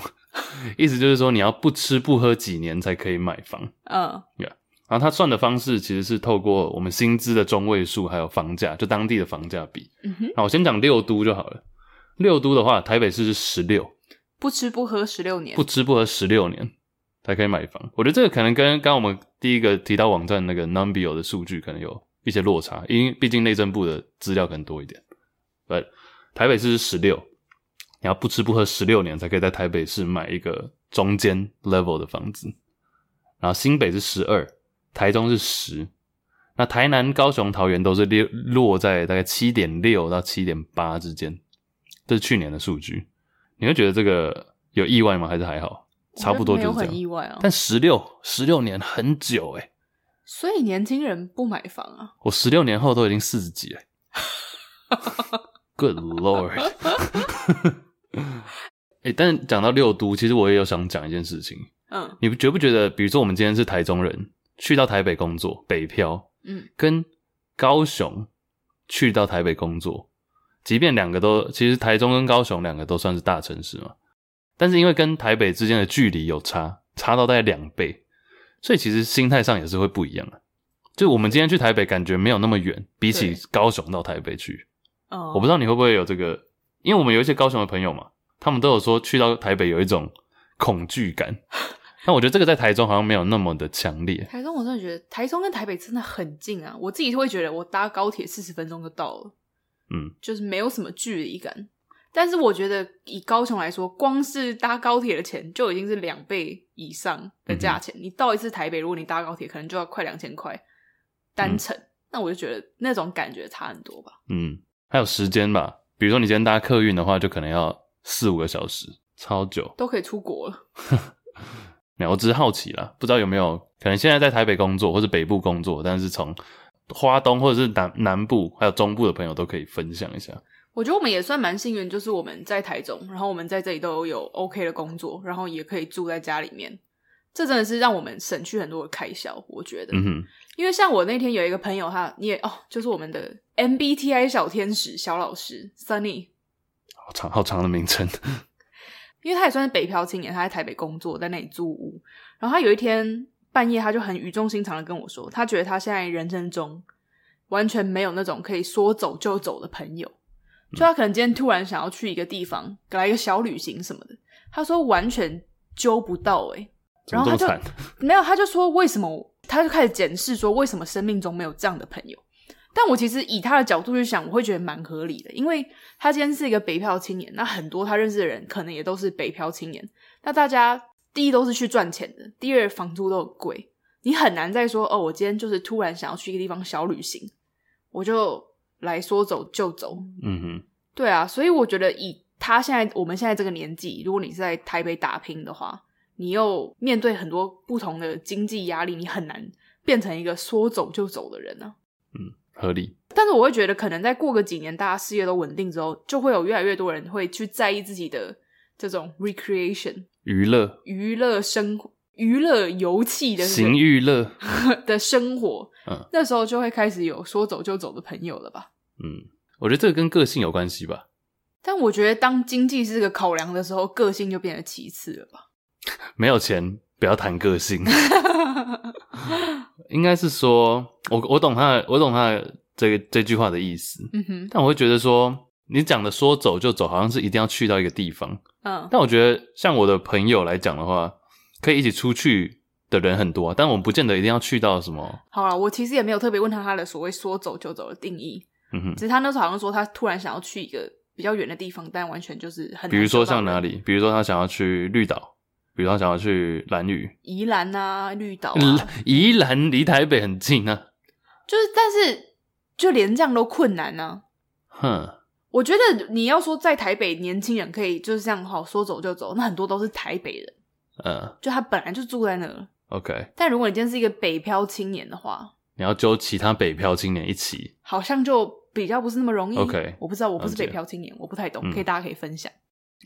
A: 意思就是说你要不吃不喝几年才可以买房。
B: 嗯
A: 然后他算的方式其实是透过我们薪资的中位数，还有房价，就当地的房价比。
B: 嗯哼，
A: 那我先讲六都就好了。六都的话，台北市是十六，
B: 不吃不喝十六年
A: 不，吃不喝十六年才可以买房。我觉得这个可能跟刚刚我们第一个提到网站那个 Numbio 的数据可能有一些落差，因为毕竟内政部的资料可能多一点。对，台北市是十六，你要不吃不喝十六年才可以在台北市买一个中间 level 的房子。然后新北是十二，台中是十，那台南、高雄、桃园都是落落在大概七点六到七点八之间，这是去年的数据。你会觉得这个有意外吗？还是还好？差不多
B: 我觉
A: 就
B: 得
A: 是这
B: 没有很
A: 样。
B: 意外啊。
A: 但十六十六年很久欸诶、
B: 所以年轻人不买房啊，
A: 我十六年后都已经四十几了。Good Lord！哎、但讲到六都，其实我也有想讲一件事情。
B: 嗯
A: 你觉不觉得，比如说我们今天是台中人，去到台北工作，北漂，
B: 嗯，
A: 跟高雄去到台北工作，即便两个都，其实台中跟高雄两个都算是大城市嘛，但是因为跟台北之间的距离有差，差到大概两倍，所以其实心态上也是会不一样的。就我们今天去台北，感觉没有那么远，比起
B: 对
A: 高雄到台北去，
B: 哦，
A: 我不知道你会不会有这个，因为我们有一些高雄的朋友嘛，他们都有说去到台北有一种恐惧 感。但我觉得这个在台中好像没有那么的强烈，
B: 台中，我真的觉得台中跟台北真的很近啊！我自己会觉得我搭高铁四十分钟就到了，
A: 嗯，
B: 就是没有什么距离感。但是我觉得以高雄来说，光是搭高铁的钱就已经是两倍以上的价钱。你到一次台北，如果你搭高铁，可能就要快两千块单程。那我就觉得那种感觉差很多吧。
A: 嗯，还有时间吧。比如说你今天搭客运的话，就可能要四五个小时，超久。
B: 都可以出国了，
A: 那我只是好奇啦，不知道有没有可能现在在台北工作或者北部工作，但是从花东或者是南南部还有中部的朋友都可以分享一下。
B: 我觉得我们也算蛮幸运，就是我们在台中，然后我们在这里都有 OK 的工作，然后也可以住在家里面。这真的是让我们省去很多的开销，我觉得。
A: 嗯哼，
B: 因为像我那天有一个朋友他，你也哦，就是我们的 MBTI 小天使小老师 Sunny，
A: 好长好长的名称。
B: 因为他也算是北漂青年，他在台北工作，在那里租屋。然后他有一天半夜，他就很语重心长的跟我说，他觉得他现在人生中完全没有那种可以说走就走的朋友，就他可能今天突然想要去一个地方，来一个小旅行什么的，他说完全揪不到诶、欸
A: 怎么这么
B: 然后
A: 惨？
B: 没有，他就说为什么，他就开始检视说为什么生命中没有这样的朋友。但我其实以他的角度去想，我会觉得蛮合理的，因为他今天是一个北漂青年，那很多他认识的人可能也都是北漂青年。那大家第一都是去赚钱的，第二房租都很贵，你很难再说哦，我今天就是突然想要去一个地方小旅行，我就来说走就走，
A: 嗯哼，
B: 对啊，所以我觉得以他现在我们现在这个年纪，如果你是在台北打拼的话，你又面对很多不同的经济压力，你很难变成一个说走就走的人啊。
A: 合理。
B: 但是我会觉得，可能再过个几年，大家事业都稳定之后，就会有越来越多人会去在意自己的这种 recreation
A: 娱乐、
B: 娱乐生活、娱乐游戏的这
A: 行
B: 个
A: 娱乐，
B: 的生活。
A: 嗯
B: 那时候就会开始有说走就走的朋友了吧？
A: 嗯，我觉得这个跟个性有关系吧。
B: 但我觉得，当经济是个考量的时候，个性就变得其次了吧。
A: 没有钱不要谈个性， 应该是说，我我懂他的，我懂他的这个这句话的意思，
B: 嗯哼，
A: 但我会觉得说，你讲的说走就走，好像是一定要去到一个地方，
B: 嗯
A: 但我觉得像我的朋友来讲的话，可以一起出去的人很多啊、但我们不见得一定要去到什么，，
B: 好了，我其实也没有特别问他他的所谓说走就走的定义，
A: 嗯哼
B: 只，是他那时候好像说他突然想要去一个比较远的地方，但完全就是很难
A: 比如说
B: 找到
A: 像哪
B: 人，
A: 里，比如说他想要去绿岛，比如他想要去兰屿，
B: 宜兰啊、绿岛啊，
A: 嗯宜兰离台北很近啊，
B: 就是但是就连这样都困难呢、
A: 哼，
B: 啊我觉得你要说在台北年轻人可以就是这样好说走就走，那很多都是台北人，
A: 嗯
B: 就他本来就住在那儿。
A: ，OK，
B: 但如果你今天是一个北漂青年的话，
A: 你要揪其他北漂青年一起，
B: 好像就比较不是那么容易。
A: OK，
B: 我不知道，我不是
A: 了解
B: 北漂青年，我不太懂，
A: 嗯
B: 可以大家可以分享。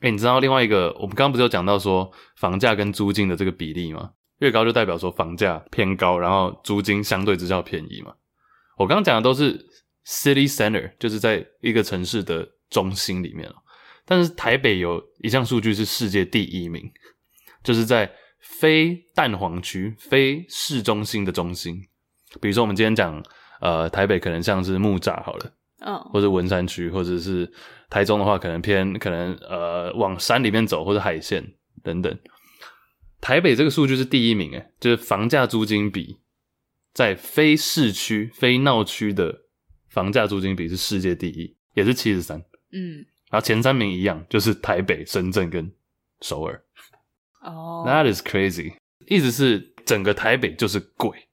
A: 哎、你知道另外一个，我们刚刚不是有讲到说房价跟租金的这个比例吗？越高就代表说房价偏高，然后租金相对之下便宜嘛。我刚刚讲的都是 city center，就是在一个城市的中心里面哦但是台北有一项数据是世界第一名，就是在非蛋黄区、非市中心的中心。比如说我们今天讲，呃，台北可能像是木栅好了。
B: 嗯
A: 或者文山区，或者是台中的话，可能偏可能呃往山里面走，或者海线等等。台北这个数据是第一名，诶，就是房价租金比在非市区、非闹区的房价租金比是世界第一，也是七十三。
B: 嗯，
A: 然后前三名一样，就是台北、深圳跟首尔。
B: 哦。
A: That is crazy，意思是整个台北就是贵。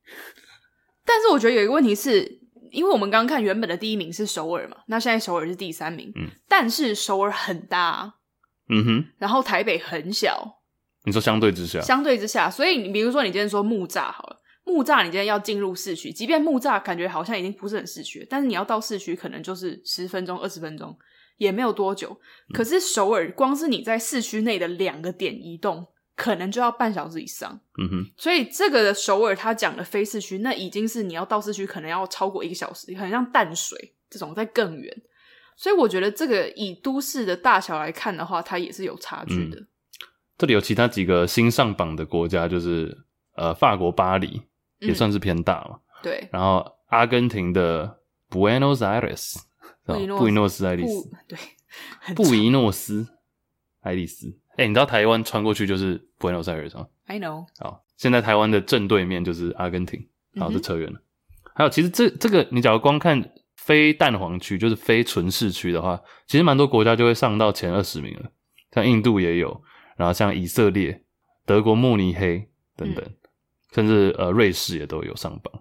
B: 但是我觉得有一个问题是，因为我们刚刚看原本的第一名是首尔嘛，那现在首尔是第三名，
A: 嗯，
B: 但是首尔很大，
A: 嗯哼，
B: 然后台北很小，
A: 你说相对啊之下，
B: 相对之下，所以你比如说你今天说木栅好了。木栅，你今天要进入市区，即便木栅感觉好像已经不是很市区，但是你要到市区可能就是十分钟、二十分钟，也没有多久。
A: 嗯
B: 可是首尔，光是你在市区内的两个点移动，可能就要半小时以上。
A: 嗯哼，
B: 所以这个的首尔他讲的非市区，那已经是你要到市区可能要超过一个小时，很像淡水这种在更远。所以我觉得这个以都市的大小来看的话，它也是有差距
A: 嗯
B: 的。
A: 这里有其他几个新上榜的国家，就是呃，法国巴黎也算是偏大嘛，
B: 对，
A: 然后阿根廷的 Buenos Aires，
B: 布宜诺斯
A: 布宜诺斯艾利
B: 不
A: 斯，
B: 对，很
A: 布宜诺斯艾利斯。哎、你知道台湾穿过去就是 Buenos Aires 吗？
B: I know，
A: 好，现在台湾的正对面就是阿根廷，好，
B: 嗯哼
A: 这扯远了。还有，其实这这个你假如光看非蛋黄区，就是非纯市区的话，其实蛮多国家就会上到前二十名了，像印度也有，然后像以色列、德国慕尼黑等等，
B: 嗯
A: 甚至呃瑞士也都有上榜。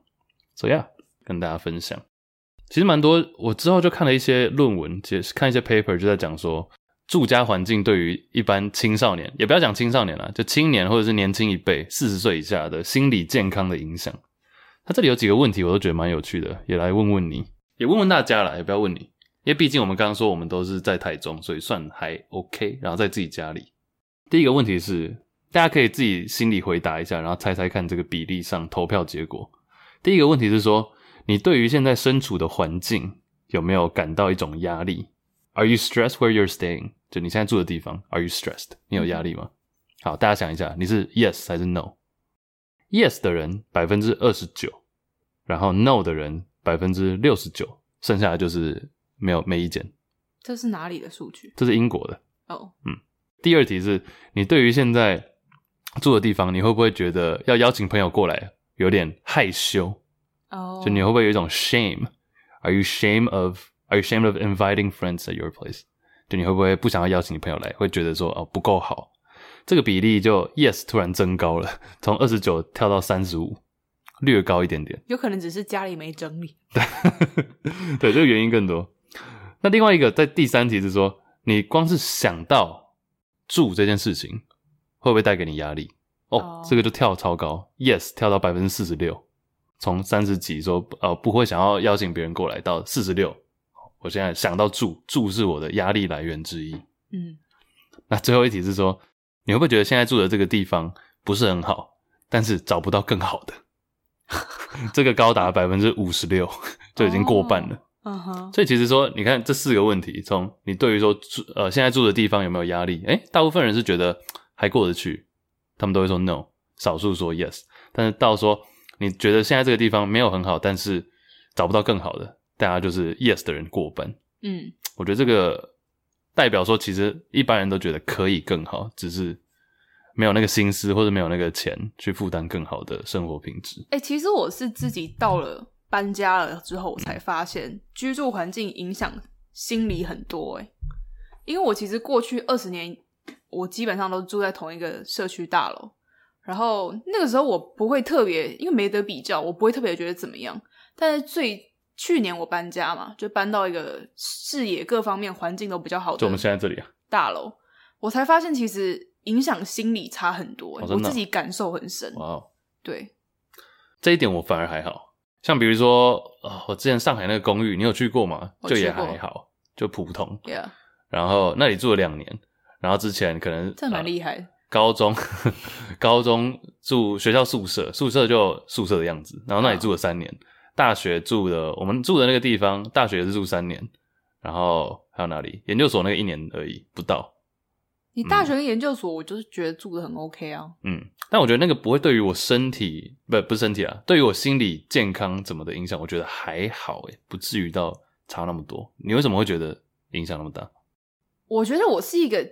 A: 所以啊，跟大家分享。其实蛮多，我之后就看了一些论文，解看一些 paper，就在讲说住家环境对于一般青少年，也不要讲青少年啦，就青年或者是年轻一辈四十岁以下的心理健康的影响。他这里有几个问题，我都觉得蛮有趣的，也来问问你，也问问大家啦，也不要问你，因为毕竟我们刚刚说我们都是在台中，所以算还 OK，然后在自己家里。第一个问题是，大家可以自己心里回答一下，然后猜猜看这个比例上投票结果。第一个问题是说，你对于现在身处的环境有没有感到一种压力？Are you stressed where you're staying？就你现在住的地方，Are you stressed？你有压力吗？好，大家想一下，你是 yes 还是 no？Yes 的人百分之二十九，然后 no 的人百分之六十九，剩下的就是没有没意见。
B: 这是哪里的数据？
A: 这是英国的。
B: 哦，
A: 第二题是你对于现在住的地方，你会不会觉得要邀请朋友过来有点害羞？
B: 哦，
A: 就你会不会有一种 shame？Are you shame of Are you shame of inviting friends at your place？就你会不会不想要邀请你朋友来，会觉得说哦不够好？这个比例就 yes 突然增高了，从二十九跳到三十五，略高一点点。
B: 有可能只是家里没整理。
A: 对，这个原因更多。那另外一个在第三题是说，你光是想到住这件事情，会不会带给你压力？哦，
B: 哦
A: 这个就跳超高，yes 跳到百分之四十六，从三十几说呃不会想要邀请别人过来到四十六。我现在想到住，住是我的压力来源之一。
B: 嗯，
A: 那最后一题是说，你会不会觉得现在住的这个地方不是很好，但是找不到更好的？这个高达百分之五十六，就已经过半了。
B: 嗯哼，
A: 所以其实说，你看这四个问题，从你对于说住呃现在住的地方有没有压力，诶，大部分人是觉得还过得去，他们都会说 no，少数说 yes，但是到说你觉得现在这个地方没有很好，但是找不到更好的，大家就是 yes 的人过半。
B: 嗯，
A: 我觉得这个代表说，其实一般人都觉得可以更好，只是没有那个心思或者没有那个钱去负担更好的生活品质。
B: 哎、其实我是自己到了搬家了之后，我才发现居住环境影响心理很多、欸。因为我其实过去二十年，我基本上都住在同一个社区大楼，然后那个时候我不会特别，因为没得比较，我不会特别觉得怎么样。但是最去年我搬家嘛，就搬到一个视野各方面环境都比较好
A: 就我
B: 的
A: 们现在这里啊，
B: 大楼，我才发现其实影响心理差很多、
A: 哦真
B: 我
A: 的啊
B: 自己感受很深。
A: 哇、哦，
B: 对，
A: 这一点我反而还好。像比如说啊、我之前上海那个公寓，你有去过吗？
B: 我
A: 就
B: 去
A: 也
B: 过
A: 还好，就普通。
B: yeah，
A: 然后那里住了两年，然后之前可能
B: 这蛮
A: 啊
B: 厉害的。
A: 高中 高中住学校宿舍，宿舍就宿舍的样子，然后那里住了三年。大学住的我们住的那个地方，大学也是住三年，然后还有哪里？研究所那个一年而已，不到。
B: 你大学跟研究所，我就是觉得住的很 OK 啊。
A: 嗯，但我觉得那个不会对于我身体不不是身体啊，对于我心理健康怎么的影响，我觉得还好诶，不至于到差那么多。你为什么会觉得影响那么大？
B: 我觉得我是一个，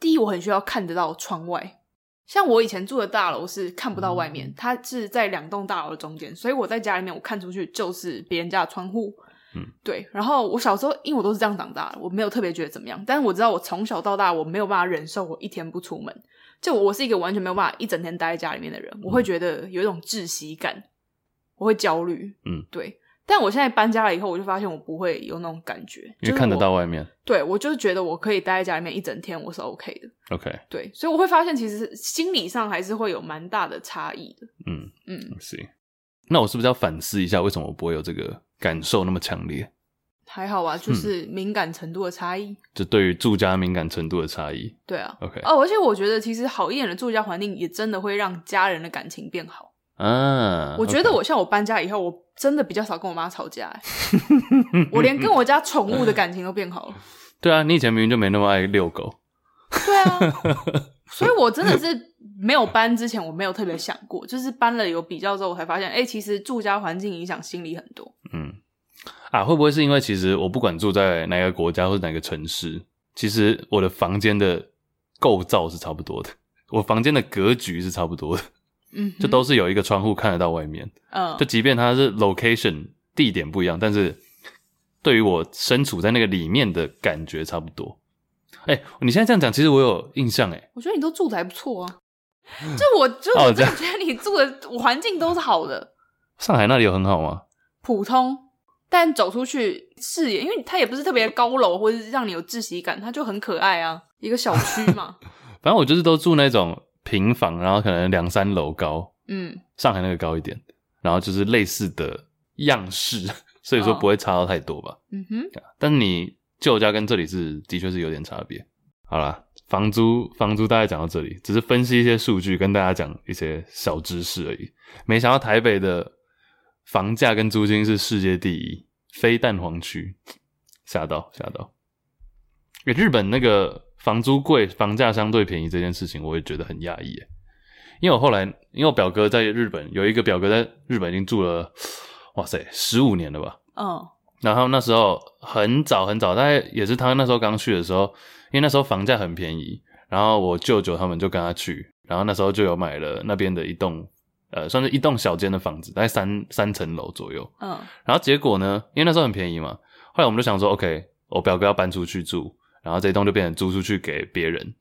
B: 第一我很需要看得到窗外。像我以前住的大楼是看不到外
A: 嗯
B: 面，它是在两栋大楼的中间，所以我在家里面我看出去就是别人家的窗户。
A: 嗯，
B: 对。然后我小时候，因为我都是这样长大的，我没有特别觉得怎么样，但是我知道我从小到大我没有办法忍受我一天不出门，就我是一个完全没有办法一整天待在家里面的人，我
A: 嗯
B: 会觉得有一种窒息感，我会焦虑。
A: 嗯，
B: 对。但我现在搬家了以后，我就发现我不会有那种感觉，
A: 因
B: 就是
A: 为看得
B: 我
A: 到外面。
B: 对我就是觉得我可以待在家里面一整天，我是 OK 的。
A: OK，
B: 对，所以我会发现其实心理上还是会有蛮大的差异的。
A: 嗯
B: 嗯，
A: ，see。那我是不是要反思一下，为什么我不会有这个感受那么强烈？
B: 还好吧，
A: 嗯
B: 就是敏感程度的差异。
A: 就对于住家敏感程度的差异。
B: 对啊，
A: OK，、
B: 哦，而且我觉得其实好一点的住家环境也真的会让家人的感情变好。
A: 啊，
B: 我觉得
A: OK
B: 我像我搬家以后，我真的比较少跟我妈吵架、欸我连跟我家宠物的感情都变好了。
A: 对啊，你以前明明就没那么爱遛狗，
B: 对啊，所以我真的是没有搬之前，我没有特别想过，就是搬了有比较之后，我才发现，哎、其实住家环境影响心理很多。
A: 嗯，啊，会不会是因为其实我不管住在哪个国家或者哪个城市，其实我的房间的构造是差不多的，我房间的格局是差不多的，
B: 嗯哼，
A: 就都是有一个窗户看得到外面，
B: 嗯
A: 就即便它是 location 地点不一样，但是对于我身处在那个里面的感觉差不多。哎、你现在这样讲，其实我有印象哎、
B: 我觉得你都住的还不错啊。就我就
A: 哦
B: 我
A: 这
B: 真
A: 样
B: 的觉得你住的环境都是好的，
A: 上海那里有很好吗？
B: 普通，但走出去视野，因为它也不是特别高楼，或者是让你有窒息感，它就很可爱啊，一个小区 嘛。
A: 反正我就是都住那种平房，然后可能两三楼高，
B: 嗯，
A: 上海那个高一点，然后就是类似的样式，所以说不会差到太多吧。
B: 嗯哼，
A: 但你旧家跟这里是的确是有点差别。好啦，房租房租大概讲到这里，只是分析一些数据跟大家讲一些小知识而已。没想到台北的房价跟租金是世界第一，非蛋黄区，吓到吓到。诶日本那个房租贵、房价相对便宜这件事情，我也觉得很讶异耶。因为我后来，因为我表哥在日本有一个表哥在日本已经住了，哇塞，十五年了吧？
B: 嗯，
A: 然后那时候很早很早，大概也是他那时候刚去的时候，因为那时候房价很便宜，然后我舅舅他们就跟他去，然后那时候就有买了那边的一栋，呃，算是一栋小间的房子，大概三三层楼左右。
B: 嗯，
A: 然后结果呢，因为那时候很便宜嘛，后来我们就想说，OK，我表哥要搬出去住，然后这一栋就变成租出去给别人。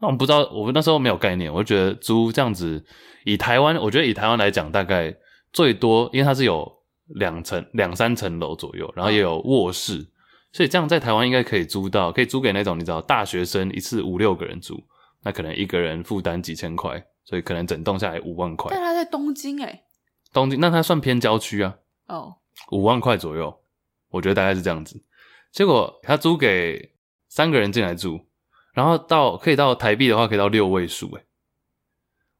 A: 那我们不知道，我们那时候没有概念，我就觉得租这样子，以台湾，我觉得以台湾来讲，大概最多，因为它是有两层、两三层楼左右，然后也有卧室，所以这样在台湾应该可以租到，可以租给那种你知道大学生一次五六个人住，那可能一个人负担几千块，所以可能整栋下来五万块
B: 但。它在东京哎、
A: 东京那它算偏郊区啊，
B: 哦，
A: 五万块左右，我觉得大概是这样子。结果他租给三个人进来住，然后到可以到台币的话，可以到六位数，诶欸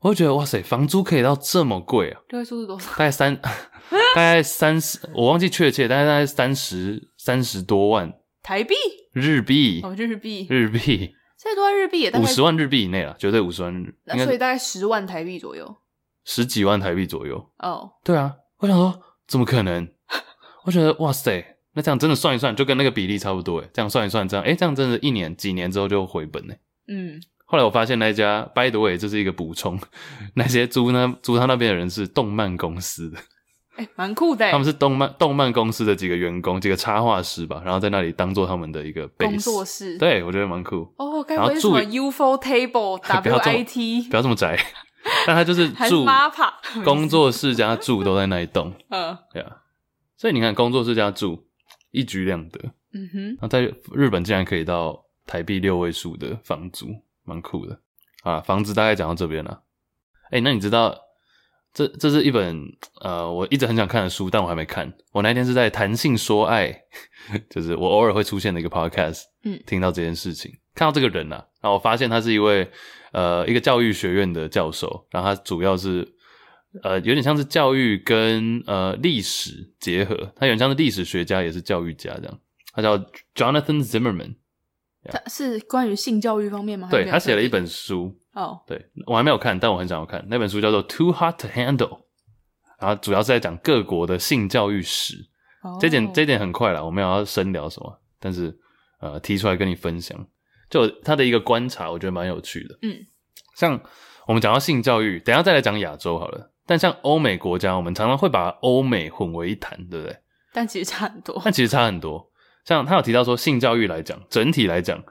A: 我就觉得哇塞，房租可以到这么贵啊！
B: 六位数是多少？
A: 大概三， 大概三十，我忘记确切，大概大概三十三十多万
B: 台币
A: 日币，
B: 哦，日币，
A: 日币
B: 现在多少日币也大概
A: 五十，万日币以内了，绝对五十万日，应
B: 那
A: 该
B: 所以大概十万台币左右。
A: 十几万台币左右。
B: 哦，
A: 对啊，我想说怎么可能？ 我觉得哇塞，那这样真的算一算，就跟那个比例差不多诶这样算一算，这样诶这样真的一年几年之后就回本呢。
B: 嗯，
A: 后来我发现那一家，by the way，这是一个补充， 那些租呢租他那边的人是动漫公司的，
B: 哎、蛮酷的、欸，
A: 他们是动漫动漫公司的几个员工，几个插画师吧，然后在那里当做他们的一个 base,
B: 工作室。
A: 对我觉得蛮酷，
B: 哦，该
A: 然
B: 不
A: 后
B: 会是什么
A: 住
B: UFO Table
A: 不要这么
B: WIT
A: 不要这么 宅，但他就是
B: 还是
A: 住
B: MAPA
A: 工作室加住都在那一栋，
B: 嗯，
A: 对啊，所以你看，工作室加住一举两得。
B: 嗯哼，
A: 那在日本竟然可以到台币六位数的房租，蛮酷的啊！房子大概讲到这边了。哎、那你知道这这是一本呃我一直很想看的书，但我还没看。我那天是在谈性说爱， 就是我偶尔会出现的一个 podcast，
B: 嗯
A: 听到这件事情，看到这个人呐、啊，然后我发现他是一位呃一个教育学院的教授，然后他主要是呃有点像是教育跟呃历史结合，他有点像是历史学家也是教育家这样。他叫 Jonathan Zimmerman，
B: 他是关于性教育方面吗？
A: 对
B: 还是比较
A: 他写了一
B: 特
A: 本书，
B: 别哦，
A: 对我还没有看，但我很想要看那本书，叫做《Too Hot to Handle》，然后主要是在讲各国的性教育史。
B: 哦
A: 这点这点很快了，我没有要深聊什么，但是呃提出来跟你分享，就他的一个观察，我觉得蛮有趣的。
B: 嗯，
A: 像我们讲到性教育，等一下再来讲亚洲好了。但像欧美国家，我们常常会把欧美混为一谈，对不对？
B: 但其实差很多。
A: 但其实差很多。像他有提到说，性教育来讲，整体来讲，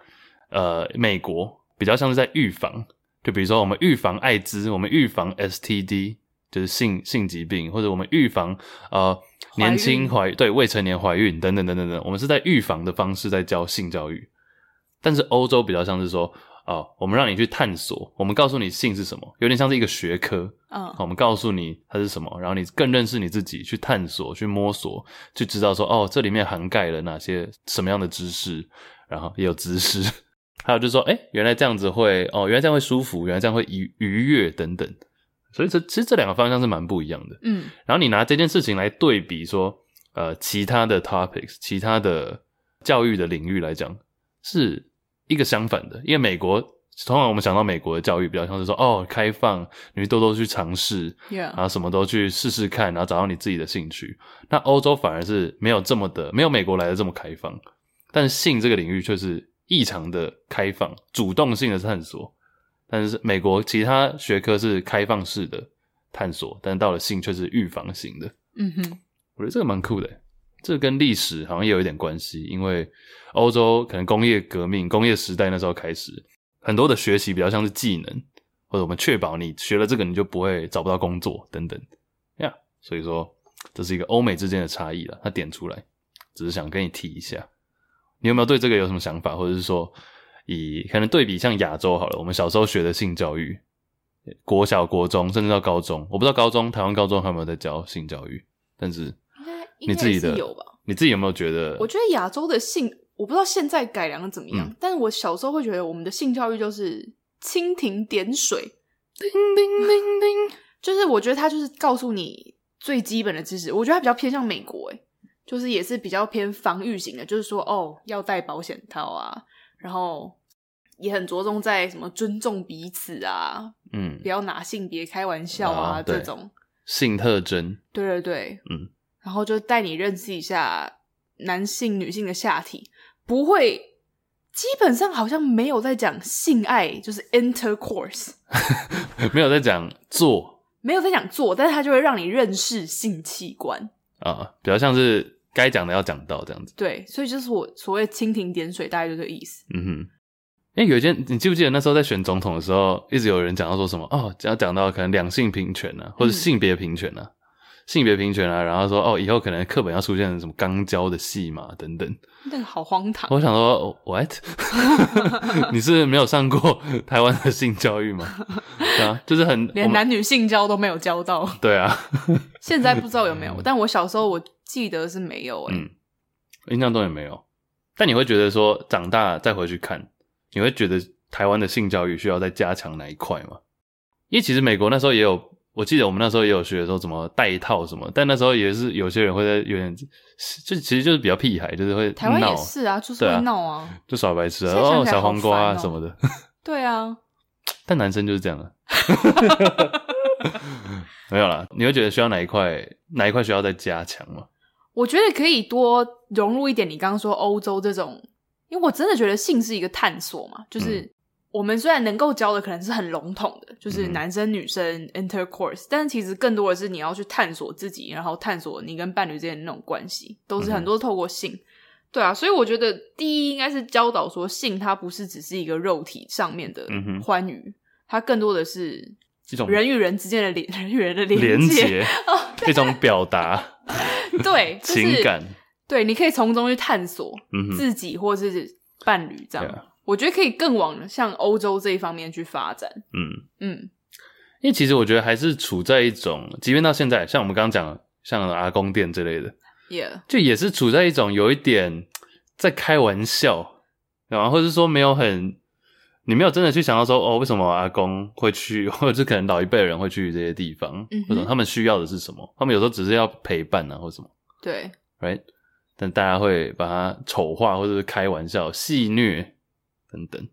A: 呃，美国比较像是在预防，就比如说我们预防艾滋，我们预防 STD，就是性性疾病，或者我们预防呃
B: 怀孕
A: 年轻怀对未成年怀孕等等等等等，我们是在预防的方式在教性教育。但是欧洲比较像是说，哦、我们让你去探索，我们告诉你性是什么，有点像是一个学科，
B: 嗯
A: 好，我们告诉你它是什么，然后你更认识你自己，去探索、去摸索，去知道说哦，这里面涵盖了哪些什么样的知识，然后也有知识， 还有就是说，哎，原来这样子会哦，原来这样会舒服，原来这样会愉愉悦等等。所以这其实这两个方向是蛮不一样的。
B: 嗯，
A: 然后你拿这件事情来对比说，呃，其他的 topics、其他的教育的领域来讲，是一个相反的。因为美国通常我们想到美国的教育比较像是说，哦，开放，你多多去尝试，然
B: yeah，
A: 后什么都去试试看，然后找到你自己的兴趣。那欧洲反而是没有这么的，没有美国来的这么开放，但是性这个领域却是异常的开放，主动性的探索。但是美国其他学科是开放式的探索，但到了性却是预防型的。
B: 嗯哼，
A: 我觉得这个蛮酷的欸，这跟历史好像也有一点关系，因为欧洲可能工业革命、工业时代那时候开始，很多的学习比较像是技能，或者我们确保你学了这个你就不会找不到工作等等呀。Yeah，所以说这是一个欧美之间的差异了，他点出来，只是想跟你提一下，你有没有对这个有什么想法，或者是说以可能对比像亚洲好了，我们小时候学的性教育。国小、国中，甚至到高中，我不知道高中台湾高中还有没有在教性教育，但是
B: 应
A: 你
B: 该
A: 自己的
B: 应该也是有吧？
A: 你自己有没有觉得？
B: 我觉得亚洲的嗯性，我不知道现在改良的怎么样，但是我小时候会觉得我们的性教育就是蜻蜓点水，叮叮叮叮，就是我觉得它就是告诉你最基本的知识。我觉得它比较偏向美国、欸，就是也是比较偏防御型的，就是说哦要戴保险套啊，然后也很着重在什么尊重彼此啊，
A: 嗯
B: 不，要拿性别开玩笑啊
A: 啊对
B: 这种。
A: 性特征，
B: 对对对，
A: 嗯，
B: 然后就带你认识一下男性、女性的下体，不会，基本上好像没有在讲性爱，就是 intercourse，
A: 没有在讲做
B: 没有在讲做，但是他就会让你认识性器官。
A: 啊，比较像是该讲的要讲到这样子。
B: 对，所以就是我所谓蜻蜓点水，大概就这个意思。
A: 嗯哼，哎、有一件你记不记得那时候在选总统的时候，一直有人讲到说什么哦，要讲到可能两性平权啊，或者
B: 嗯
A: 性别平权啊，性别平权啊，然后说哦，以后可能课本要出现什么肛交的戏码等等。
B: 那个好荒唐，
A: 我想说，what？你是没有上过 台湾的性教育吗？对啊，就是很我
B: 连
A: 们
B: 男女性交都没有交到，
A: 对啊，
B: 现在不知道有没有，但我小时候我记得是没有、欸。
A: 嗯印象中也没有。但你会觉得说，长大再回去看，你会觉得台湾的性教育需要再加强哪一块吗？因为其实美国那时候也有，我记得我们那时候也有学说怎么戴套什么，但那时候也是有些人会在有点，就其实就是比较屁孩，就是会
B: 台湾
A: 闹
B: 也，是啊，就是
A: 对啊
B: 会闹啊，
A: 就耍白痴啊，
B: 现在
A: 哦
B: 想起来
A: 小
B: 好
A: 黄瓜啊
B: 烦哦
A: 什么的。
B: 对啊，
A: 但男生就是这样啊， 没有啦。你会觉得需要哪一块哪一块需要再加强吗？
B: 我觉得可以多融入一点你刚刚说欧洲这种，因为我真的觉得性是一个探索嘛，
A: 嗯
B: 就是我们虽然能够教的可能是很笼统的，就是
A: 嗯
B: 男生女生 intercourse，、但其实更多的是你要去探索自己，然后探索你跟伴侣之间的那种关系，都是
A: 嗯哼
B: 很多是透过性。对啊，所以我觉得第一应该是教导说性它不是只是一个肉体上面的
A: 嗯哼
B: 欢愉，它更多的是
A: 一种
B: 人与人之间的连人与人的
A: 连
B: 接
A: 接，一种表达。
B: 对，就是
A: 情感，
B: 对，你可以从中去探索
A: 嗯啊哼，
B: 自己或是伴侣这样。
A: Yeah
B: 我觉得可以更往向欧洲这一方面去发展。
A: 嗯。
B: 嗯，
A: 因为其实我觉得还是处在一种，即便到现在，像我们刚刚讲的，像阿公店之类的，
B: 也、
A: 就也是处在一种有一点在开玩笑，然后或者是说没有很，你没有真的去想到说，哦，为什么阿公会去， 或者是可能老一辈的人会去这些地方，
B: 嗯哼
A: 或者他们需要的是什么？他们有时候只是要陪伴啊，或什么
B: 对，
A: ，right？但大家会把它丑化，或者是开玩笑、戏谑等等。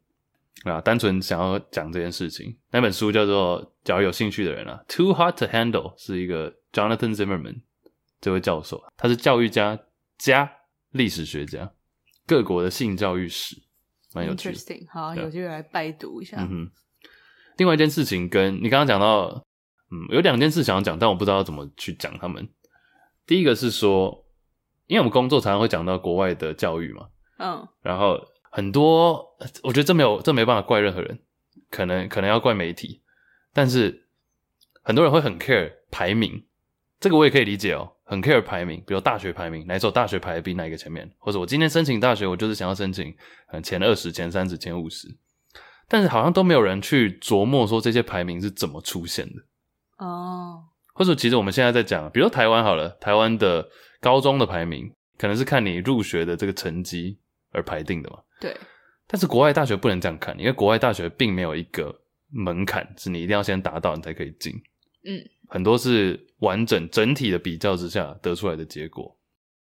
A: 啊，单纯想要讲这件事情。那本书叫做《假如有兴趣的人啊，Too Hot to Handle》，是一个 Jonathan Zimmerman 这位教授，啊他是教育家加历史学家，各国的性教育史，蛮有趣的。
B: interesting。好，
A: 对啊
B: 有机会来拜读一下。
A: 嗯哼。另外一件事情跟你刚刚讲到，嗯，有两件事想要讲，但我不知道怎么去讲他们。第一个是说，因为我们工作常常会讲到国外的教育嘛，
B: 嗯
A: 然后很多，我觉得这没有这没办法怪任何人，可能可能要怪媒体，但是很多人会很 care 排名，这个我也可以理解哦，很 care 排名，比如大学排名，哪一所大学排得比哪一个前面，或者我今天申请大学，我就是想要申请嗯前二十、前三十、前五十，但是好像都没有人去琢磨说这些排名是怎么出现的。
B: 哦，
A: 或者其实我们现在在讲，比如说台湾好了，台湾的高中的排名可能是看你入学的这个成绩而排定的嘛。
B: 对，
A: 但是国外大学不能这样看，因为国外大学并没有一个门槛是你一定要先达到你才可以进。
B: 嗯，
A: 很多是完整整体的比较之下得出来的结果。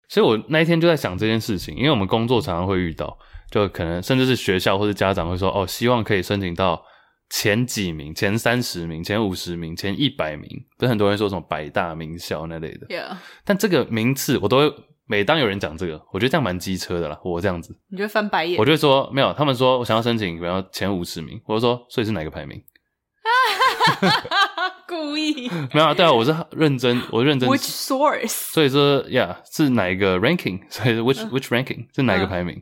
A: 所以我那一天就在想这件事情，因为我们工作常常会遇到，就可能甚至是学校或者家长会说，哦，希望可以申请到前几名、前三十名、前五十名、前一百名，不是很多人说什么百大名校那类的。
B: yeah，
A: 但这个名次，我都会每当有人讲这个，我觉得这样蛮机车的啦，我这样子。
B: 你就翻白眼
A: 我。就会说没有，他们说我想要申请，比方说前五十名，我就说所以是哪个排名？
B: 故意。
A: 没有、啊，对啊，我是认真，我 认真，
B: Which source？
A: 所以说呀是哪一个 ranking？所 以是 which、which ranking 是哪一个
B: 嗯
A: 排名？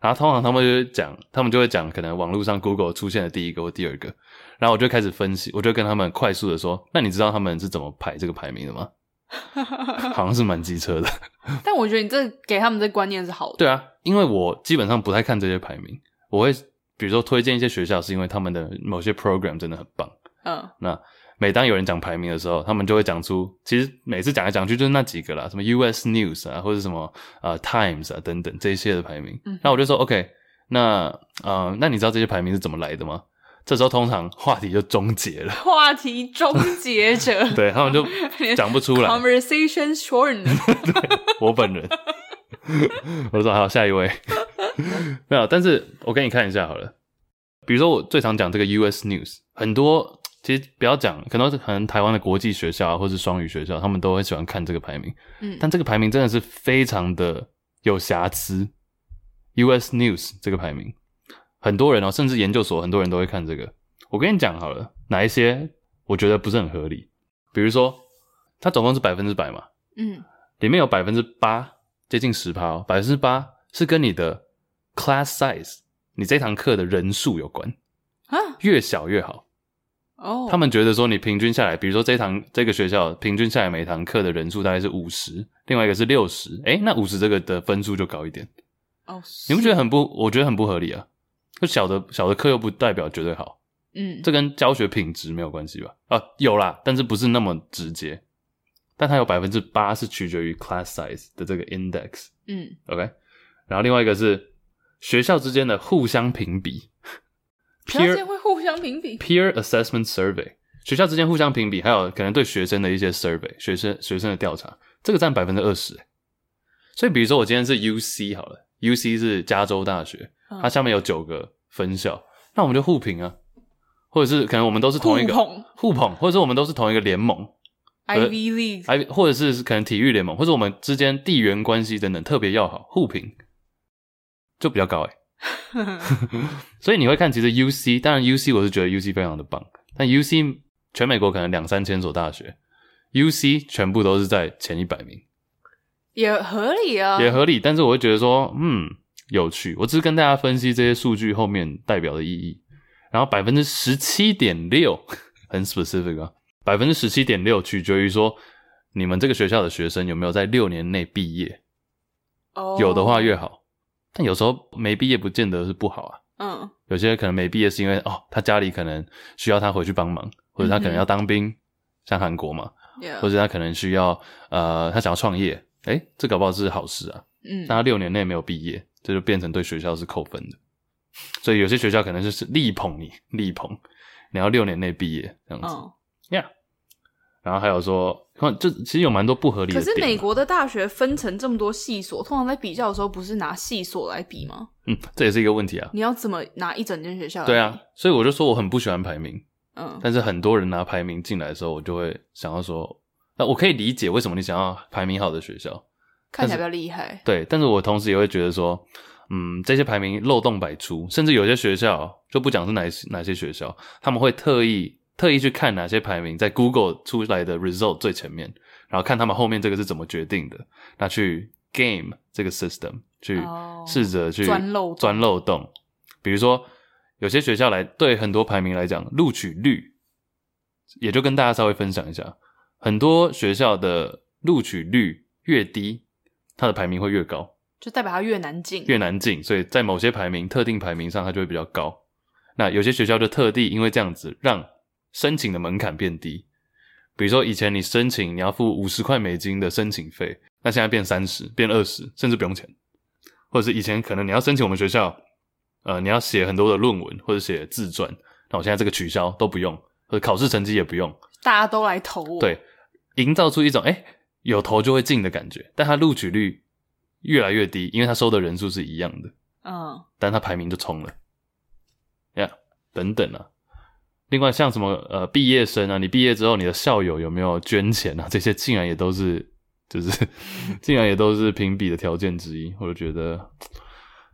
A: 然后通常他们就会讲，他们就会讲可能网络上 Google 出现的第一个或第二个，然后我就开始分析，我就跟他们快速的说，那你知道他们是怎么排这个排名的吗？好像是蛮机车的，
B: 但我觉得你这给他们这观念是好的。
A: 对啊，因为我基本上不太看这些排名，我会比如说推荐一些学校，是因为他们的某些 program 真的很棒。
B: 嗯
A: 那每当有人讲排名的时候，他们就会讲出，其实每次讲来讲去就是那几个啦，什么 U.S. News 啊，或者什么呃 Times 啊等等这一些的排名。
B: 嗯
A: 那我就说 OK，那呃，那你知道这些排名是怎么来的吗？这时候通常话题就终结了，
B: 话题终结者
A: 对他们就讲不 出来。
B: ，conversation shortened。
A: 我本人，我说好，下一位，没有，但是我给你看一下好了。比如说我最常讲这个 U.S. News，很多其实不要讲，可能可能台湾的国际学校啊，或是双语学校，他们都会喜欢看这个排名，
B: 嗯
A: 但这个排名真的是非常的有瑕疵。U.S. News 这个排名，很多人哦，甚至研究所很多人都会看这个。我跟你讲好了，哪一些我觉得不是很合理，比如说它总共是百分之百嘛，
B: 嗯，
A: 里面有百分之八，接近十趴哦，百分之八是跟你的 class size，你这堂课的人数有关，
B: 啊
A: 越小越好。
B: 哦，
A: 他们觉得说你平均下来，比如说这堂这个学校平均下来每堂课的人数大概是五十，另外一个是六十，诶，那五十这个的分数就高一点，
B: 哦，
A: 你不觉得
B: 是？
A: 很不？我觉得很不合理啊。就小的小的课又不代表绝对好，
B: 嗯，
A: 这跟教学品质没有关系吧？啊，有啦，但是不是那么直接。但它有百分之八是取决于 class size 的这个 index，
B: 嗯
A: OK，然后另外一个是学校之间的互相评比
B: 学校
A: peer
B: 间会互相评比。
A: peer assessment survey，学校之间互相评比，还有可能对学生的一些 survey，学生学生的调查，这个占百分之二十。欸所以比如说我今天是 UC 好了，UC 是加州大学，
B: 嗯
A: 它下面有九个分校，那我们就互评啊，或者是可能我们都是同一个
B: 互捧
A: 互捧，或者是我们都是同一个联盟，
B: Ivy League，
A: 哎，或者是可能体育联盟，或者我们之间地缘关系等等特别要好，互评就比较高哎。哎所以你会看，其实 UC，当然 UC 我是觉得 UC 非常的棒，但 UC 全美国可能两三千所大学，UC 全部都是在前一百名，
B: 也合理啊，
A: 也合理。但是我会觉得说，嗯，有趣。我只是跟大家分析这些数据后面代表的意义。然后百分之十七点六，很 specific 啊，百分之十七点六取决于说你们这个学校的学生有没有在六年内毕业？
B: 哦，
A: 有的话越好，但有时候没毕业不见得是不好啊。
B: 嗯
A: 有些可能没毕业是因为哦，他家里可能需要他回去帮忙，或者他可
B: 嗯
A: 能要当兵，像韩国嘛，
B: ，yeah，
A: 或者他可能需要呃，他想要创业，诶，这搞不好是好事啊。
B: 嗯
A: 但他六年内没有毕业，这就变成对学校是扣分的。所以有些学校可能就是力捧你，力捧你要六年内毕业这样子。
B: 嗯，
A: 然后还有说，看这其实有蛮多不合理的
B: 可
A: 点啊。
B: 是美国的大学分成这么多系所，通常在比较的时候不是拿系所来比吗？
A: 嗯，这也是一个问题啊。
B: 你要怎么拿一整间学校？
A: 对，啊，所以我就说我很不喜欢排名，
B: 嗯
A: 但是很多人拿排名进来的时候，我就会想要说，那我可以理解为什么你想要排名好的学校，
B: 看起来比较厉害，
A: 对，但是我同时也会觉得说，嗯，这些排名漏洞百出，甚至有些学校就不讲是哪些哪些学校，他们会特意特意去看哪些排名在 Google 出来的 result 最前面，然后看他们后面这个是怎么决定的，那去 game 这个 system 去
B: 哦
A: 试着去
B: 钻漏洞
A: 钻漏洞，比如说有些学校来对很多排名来讲，录取率也就跟大家稍微分享一下，很多学校的录取率越低，它的排名会越高，
B: 就代表它越难进，
A: 越难进，所以在某些排名、特定排名上，它就会比较高。那有些学校就特地因为这样子，让申请的门槛变低。比如说以前你申请你要付五十块美金的申请费，那现在变三十、变二十，甚至不用钱。或者是以前可能你要申请我们学校，呃，你要写很多的论文或者写自传，那我现在这个取消都不用，或者考试成绩也不用，
B: 大家都来投我，
A: 对，营造出一种哎、诶有投就会进的感觉，但它录取率越来越低，因为它收的人数是一样的，
B: 嗯，
A: 但它排名就冲了，呀、等等啊。另外像什么呃毕业生啊，你毕业之后你的校友有没有捐钱啊？ 这些竟然也都是就是 竟然也都是评比的条件之一，我就觉得。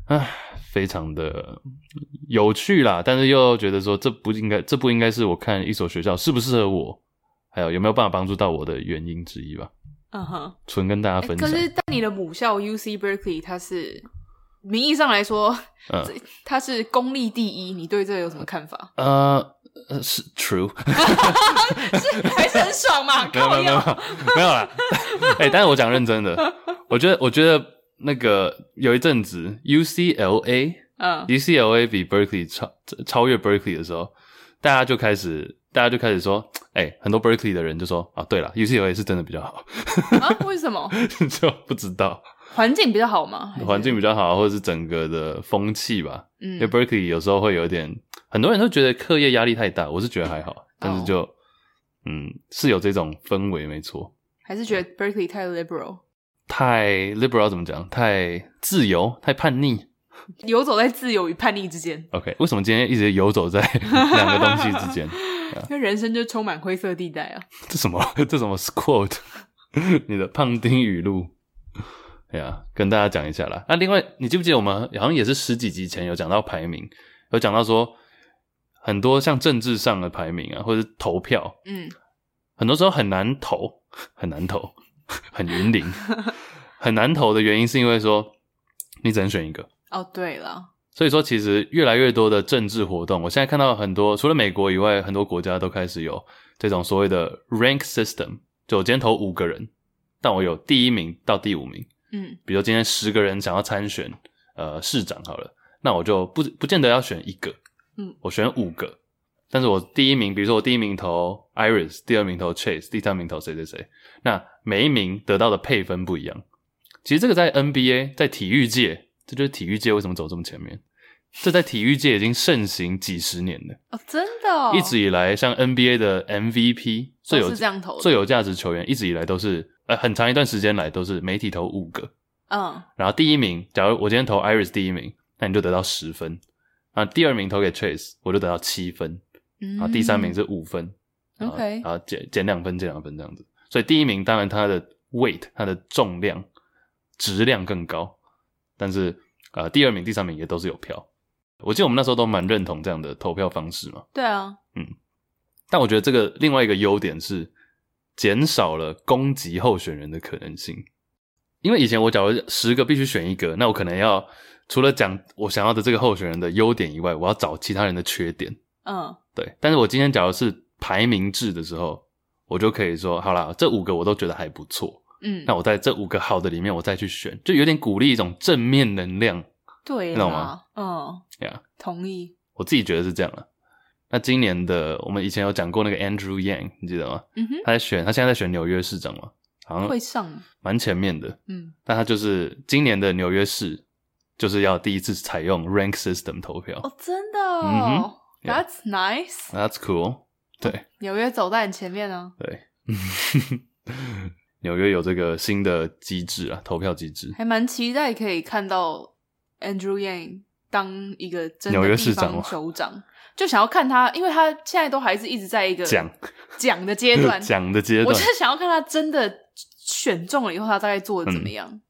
A: 唉，非常的有趣啦，但是又觉得说这不应该，这不应该是我看一所学校适不适合我，还有有没有办法帮助到我的原因之一吧，
B: 嗯哼，
A: 纯跟大家
B: 欸
A: 分
B: 可
A: 享。
B: 是但你的母校 U C Berkeley 它是名义上来说，
A: 嗯
B: 这它是公立第一，你对这个有什么看法？
A: 呃，呃是 true，
B: 是还是很爽嘛？
A: 没有没
B: 靠
A: 有没有
B: 腰，
A: 没有啦。 哎、但是我讲认真的，我觉得我觉得那个有一阵子 UCLA
B: 嗯
A: UCLA 比 Berkeley 超超越 Berkeley 的时候，大家就开始大家就开始说，哎、很多 Berkeley 的人就说啊，对了，UCLA 是真的比较好，
B: 啊，为什么
A: 就不知道
B: 环境比较好吗？还是
A: 环境比较好，或者是整个的风气吧。因为
B: 哎嗯
A: Berkeley 有时候会有点，很多人都觉得课业压力太大，我是觉得还好，但
B: 哦
A: 是就、嗯是有这种氛围，没错。
B: 还是觉得 Berkeley 太 liberal，
A: 太 liberal 怎么讲？太自由，太叛逆。
B: 游走在自由与叛逆 之间，
A: OK，为什么今天一直游走在 两个东西之间？
B: 因为人生就充满灰色地带啊。
A: 这什么？ 这什么 quote？你的胖丁语录？哎呀，跟大家讲一下啦。啊那、另外，你记不记得我们好像也是十几集前有讲到排名，有讲到说很多像政治上的排名啊，或者是投票，
B: 嗯，
A: 很多时候很难投，很难投，很云林，很难投的原因是因为说你只能选一个。
B: 哦对了，
A: 所以说，其实越来越多的政治活动，我现在看到很多，除了美国以外，很多国家都开始有这种所谓的 rank system，就我今天投五个人，但我有第一名到第五名。
B: 嗯
A: 比如今天十个人想要参选呃市长好了，那我就不不见得要选一个，
B: 嗯，
A: 我选五个，但是我第一名，比如说我第一名投 Iris，第二名投 Chase，第三名投谁谁谁，那每一名得到的配分不一样。其实这个在 NBA，在体育界，这就是体育界为什么走这么前面。这在体育界已经盛行几十年了，
B: 哦真的哦，
A: 一直以来像 NBA 的 MVP 最有
B: 都是这样投的
A: 最有价值球员，一直以来都是呃很长一段时间来都是媒体投五个，
B: 嗯
A: 然后第一名，假如我今天投 Iris 第一名，那你就得到十分；啊，第二名投给 Chase，我就得到七分；
B: 嗯，
A: 然啊后第三名是五分。然后
B: OK
A: 然后减减两分，减两分这样子。所以第一名当然它的 weight，它的重量、质量更高，但是呃，第二名、第三名也都是有票。我记得我们那时候都蛮认同这样的投票方式嘛。
B: 对啊，
A: 但我觉得这个另外一个优点是减少了攻击候选人的可能性，因为以前我假如十个必须选一个，那我可能要除了讲我想要的这个候选人的优点以外，我要找其他人的缺点。
B: 嗯
A: 对，但是我今天假如是排名制的时候，我我就可以说好啦，这五个我都觉得还不错。
B: 嗯，
A: 那我在这五个好的里面，我再去选，就有点鼓励一种正面能量
B: 对
A: 你懂
B: 啦
A: 吗，
B: 嗯，
A: 呀。Yeah
B: 同意，
A: 我自己觉得是这样了。那今年的我们以前有讲过那个 Andrew Yang，你记得吗？
B: 嗯哼，
A: 他在选，他现在在选纽约市长嘛，好
B: 会
A: 像
B: 上吗，
A: 蛮前面的。
B: 嗯，
A: 但他就是今年的纽约市，就是要第一次采用 rank system 投票。
B: 哦，真的
A: 嗯
B: 哦
A: 哼，yeah
B: ，That's nice，
A: That's cool。对
B: 纽约走在你前面啊呢，
A: 对，纽约有这个新的机制啊，投票机制。
B: 还蛮期待可以看到 Andrew Yang 当一个真的
A: 纽约
B: 地
A: 市长
B: 方
A: 吗
B: 首长，就想要看他，因为他现在都还是一直在一个
A: 讲
B: 讲的阶 段，
A: 讲的阶
B: 我
A: 段
B: 就是想要看他真的选中了以后，他大概做的
A: 嗯
B: 怎么样。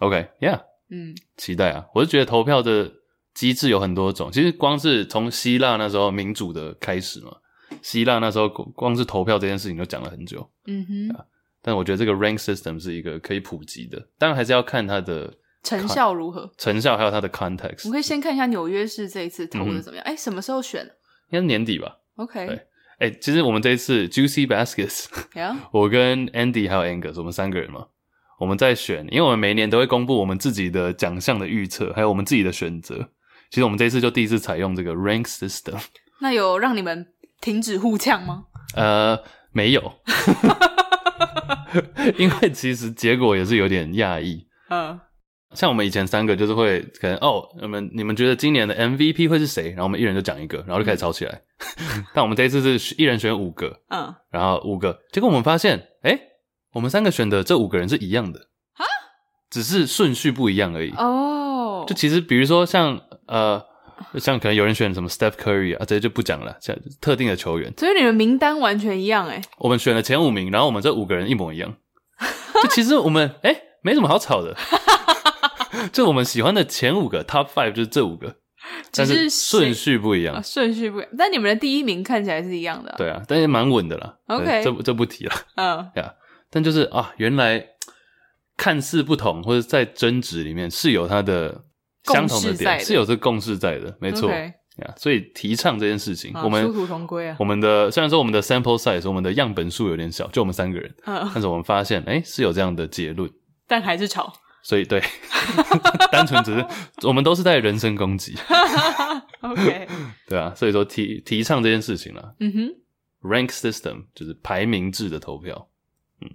A: ，OK，Yeah，、
B: 嗯
A: 期待啊！我是觉得投票的机制有很多种，其实光是从希腊那时候民主的开始嘛，希腊那时候光光是投票这件事情就讲了很久。
B: 嗯
A: 呃
B: 哼，
A: 但我觉得这个 rank system 是一个可以普及的，当然还是要看它的
B: 成效如何？
A: 成效，还有它的
B: 我
A: context
B: 们。可以先看一下纽约市这一次投
A: 嗯
B: 的
A: 哼
B: 怎么样。哎、什么时候选
A: 应该是年底吧？
B: ？OK，
A: 对哎、其实我们这一次 Juicy Baskets，
B: 呀，
A: 我跟 Andy 还有 Angus，我们三个人嘛，我们在选，因为我们每一年都会公布我们自己的奖项的预测，还有我们自己的选择。其实我们这一次就第一次采用这个 rank system。
B: 那有让你们停止互呛吗？
A: 呃，没有， 因为其实结果也是有点讶异。
B: 嗯
A: 像我们以前三个就是会可能哦，你们你们觉得今年的 MVP 会是谁？然后我们一人就讲一个，然后就开始吵起来。 但我们这一次是一人选五个，
B: 嗯，
A: 然后五个，结果我们发现，哎、我们三个选的这五个人是一样的只是顺序不一样而已。
B: 哦、
A: 就其实比如说像呃，像可能有人选什么 Steph Curry 啊，这些就不讲了，像特定的球员。
B: 所以你们名单完全一样哎、
A: 我们选了前五名，然后我们这五个人一模一 样。就其实我们哎、诶没什么好吵的， 就我们喜欢的前五个 top five 就是这五个，
B: 只
A: 但
B: 是
A: 是顺
B: 谁
A: 序不一
B: 啊
A: 样。
B: 顺序不一样，但你们的第一名看起来是一样的、，
A: 对啊，但是蛮稳的啦。
B: OK
A: 对这不这不提啊了。
B: 嗯
A: 但就是啊，原来看似不同，或者在争执里面是有它的相同
B: 共识在
A: 点，
B: 的
A: 是有这共识在的，没错。
B: OK，
A: 呀所以提倡这件事情，
B: 啊
A: 我们
B: 殊途同归啊
A: 我们的虽然说我们的 sample size，我们的样本数有点小，就我们三个人，
B: 嗯，
A: 但是我们发现，哎、是有这样的结论，
B: 但还是吵。
A: 所以对， 单纯只是我们都是在人身攻击，
B: OK，
A: 对啊，所以说提提倡这件事情啦
B: 嗯哼，
A: ，rank system 就是排名制的投票，嗯，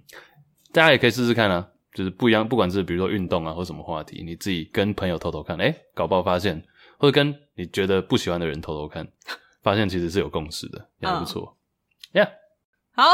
A: 大家也可以试试看啊，就是不一样，不管是比如说运动啊或什么话题，你自己跟朋友偷偷看，哎、搞不好发现，或者跟你觉得不喜欢的人偷偷看，发现其实是有共识的，也
B: 嗯
A: 还不错。Yeah，
B: 好，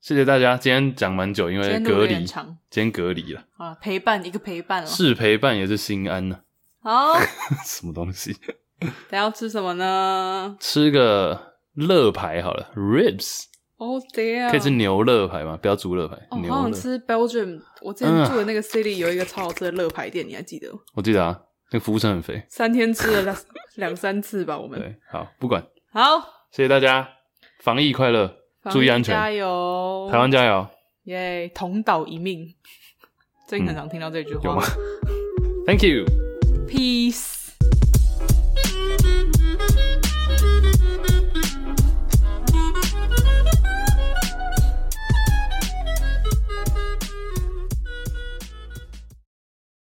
A: 谢谢大家，今天讲蛮久，因
B: 今
A: 为
B: 天录
A: 隔
B: 有
A: 离，
B: 点
A: 今
B: 长，嗯
A: 天隔离了，
B: 好了，陪伴一个陪伴了。
A: 是陪伴也是心安呐、
B: 好，
A: 什么东西？
B: 等一下要吃什么呢
A: 吃个乐排好了，ribs
B: ？Oh damn！
A: 可以吃牛肋排吗？不要猪肋排，
B: 哦，
A: 牛
B: 好想
A: 肋。
B: 吃 Belgium。我之前
A: 嗯
B: 住的那个 city 有一个超好吃的乐牌店，你还记得吗？
A: 我记得啊，那个服务生很肥。
B: 三天吃 了两两三次吧，我们。
A: 对，好，不管，
B: 好，
A: 谢谢大家，防疫快乐，注意安全，
B: 加油！
A: 台湾加油
B: 耶，同岛一命。最近很常听到这句
A: 嗯有
B: 话
A: 吗。？Thank you。
B: Peace。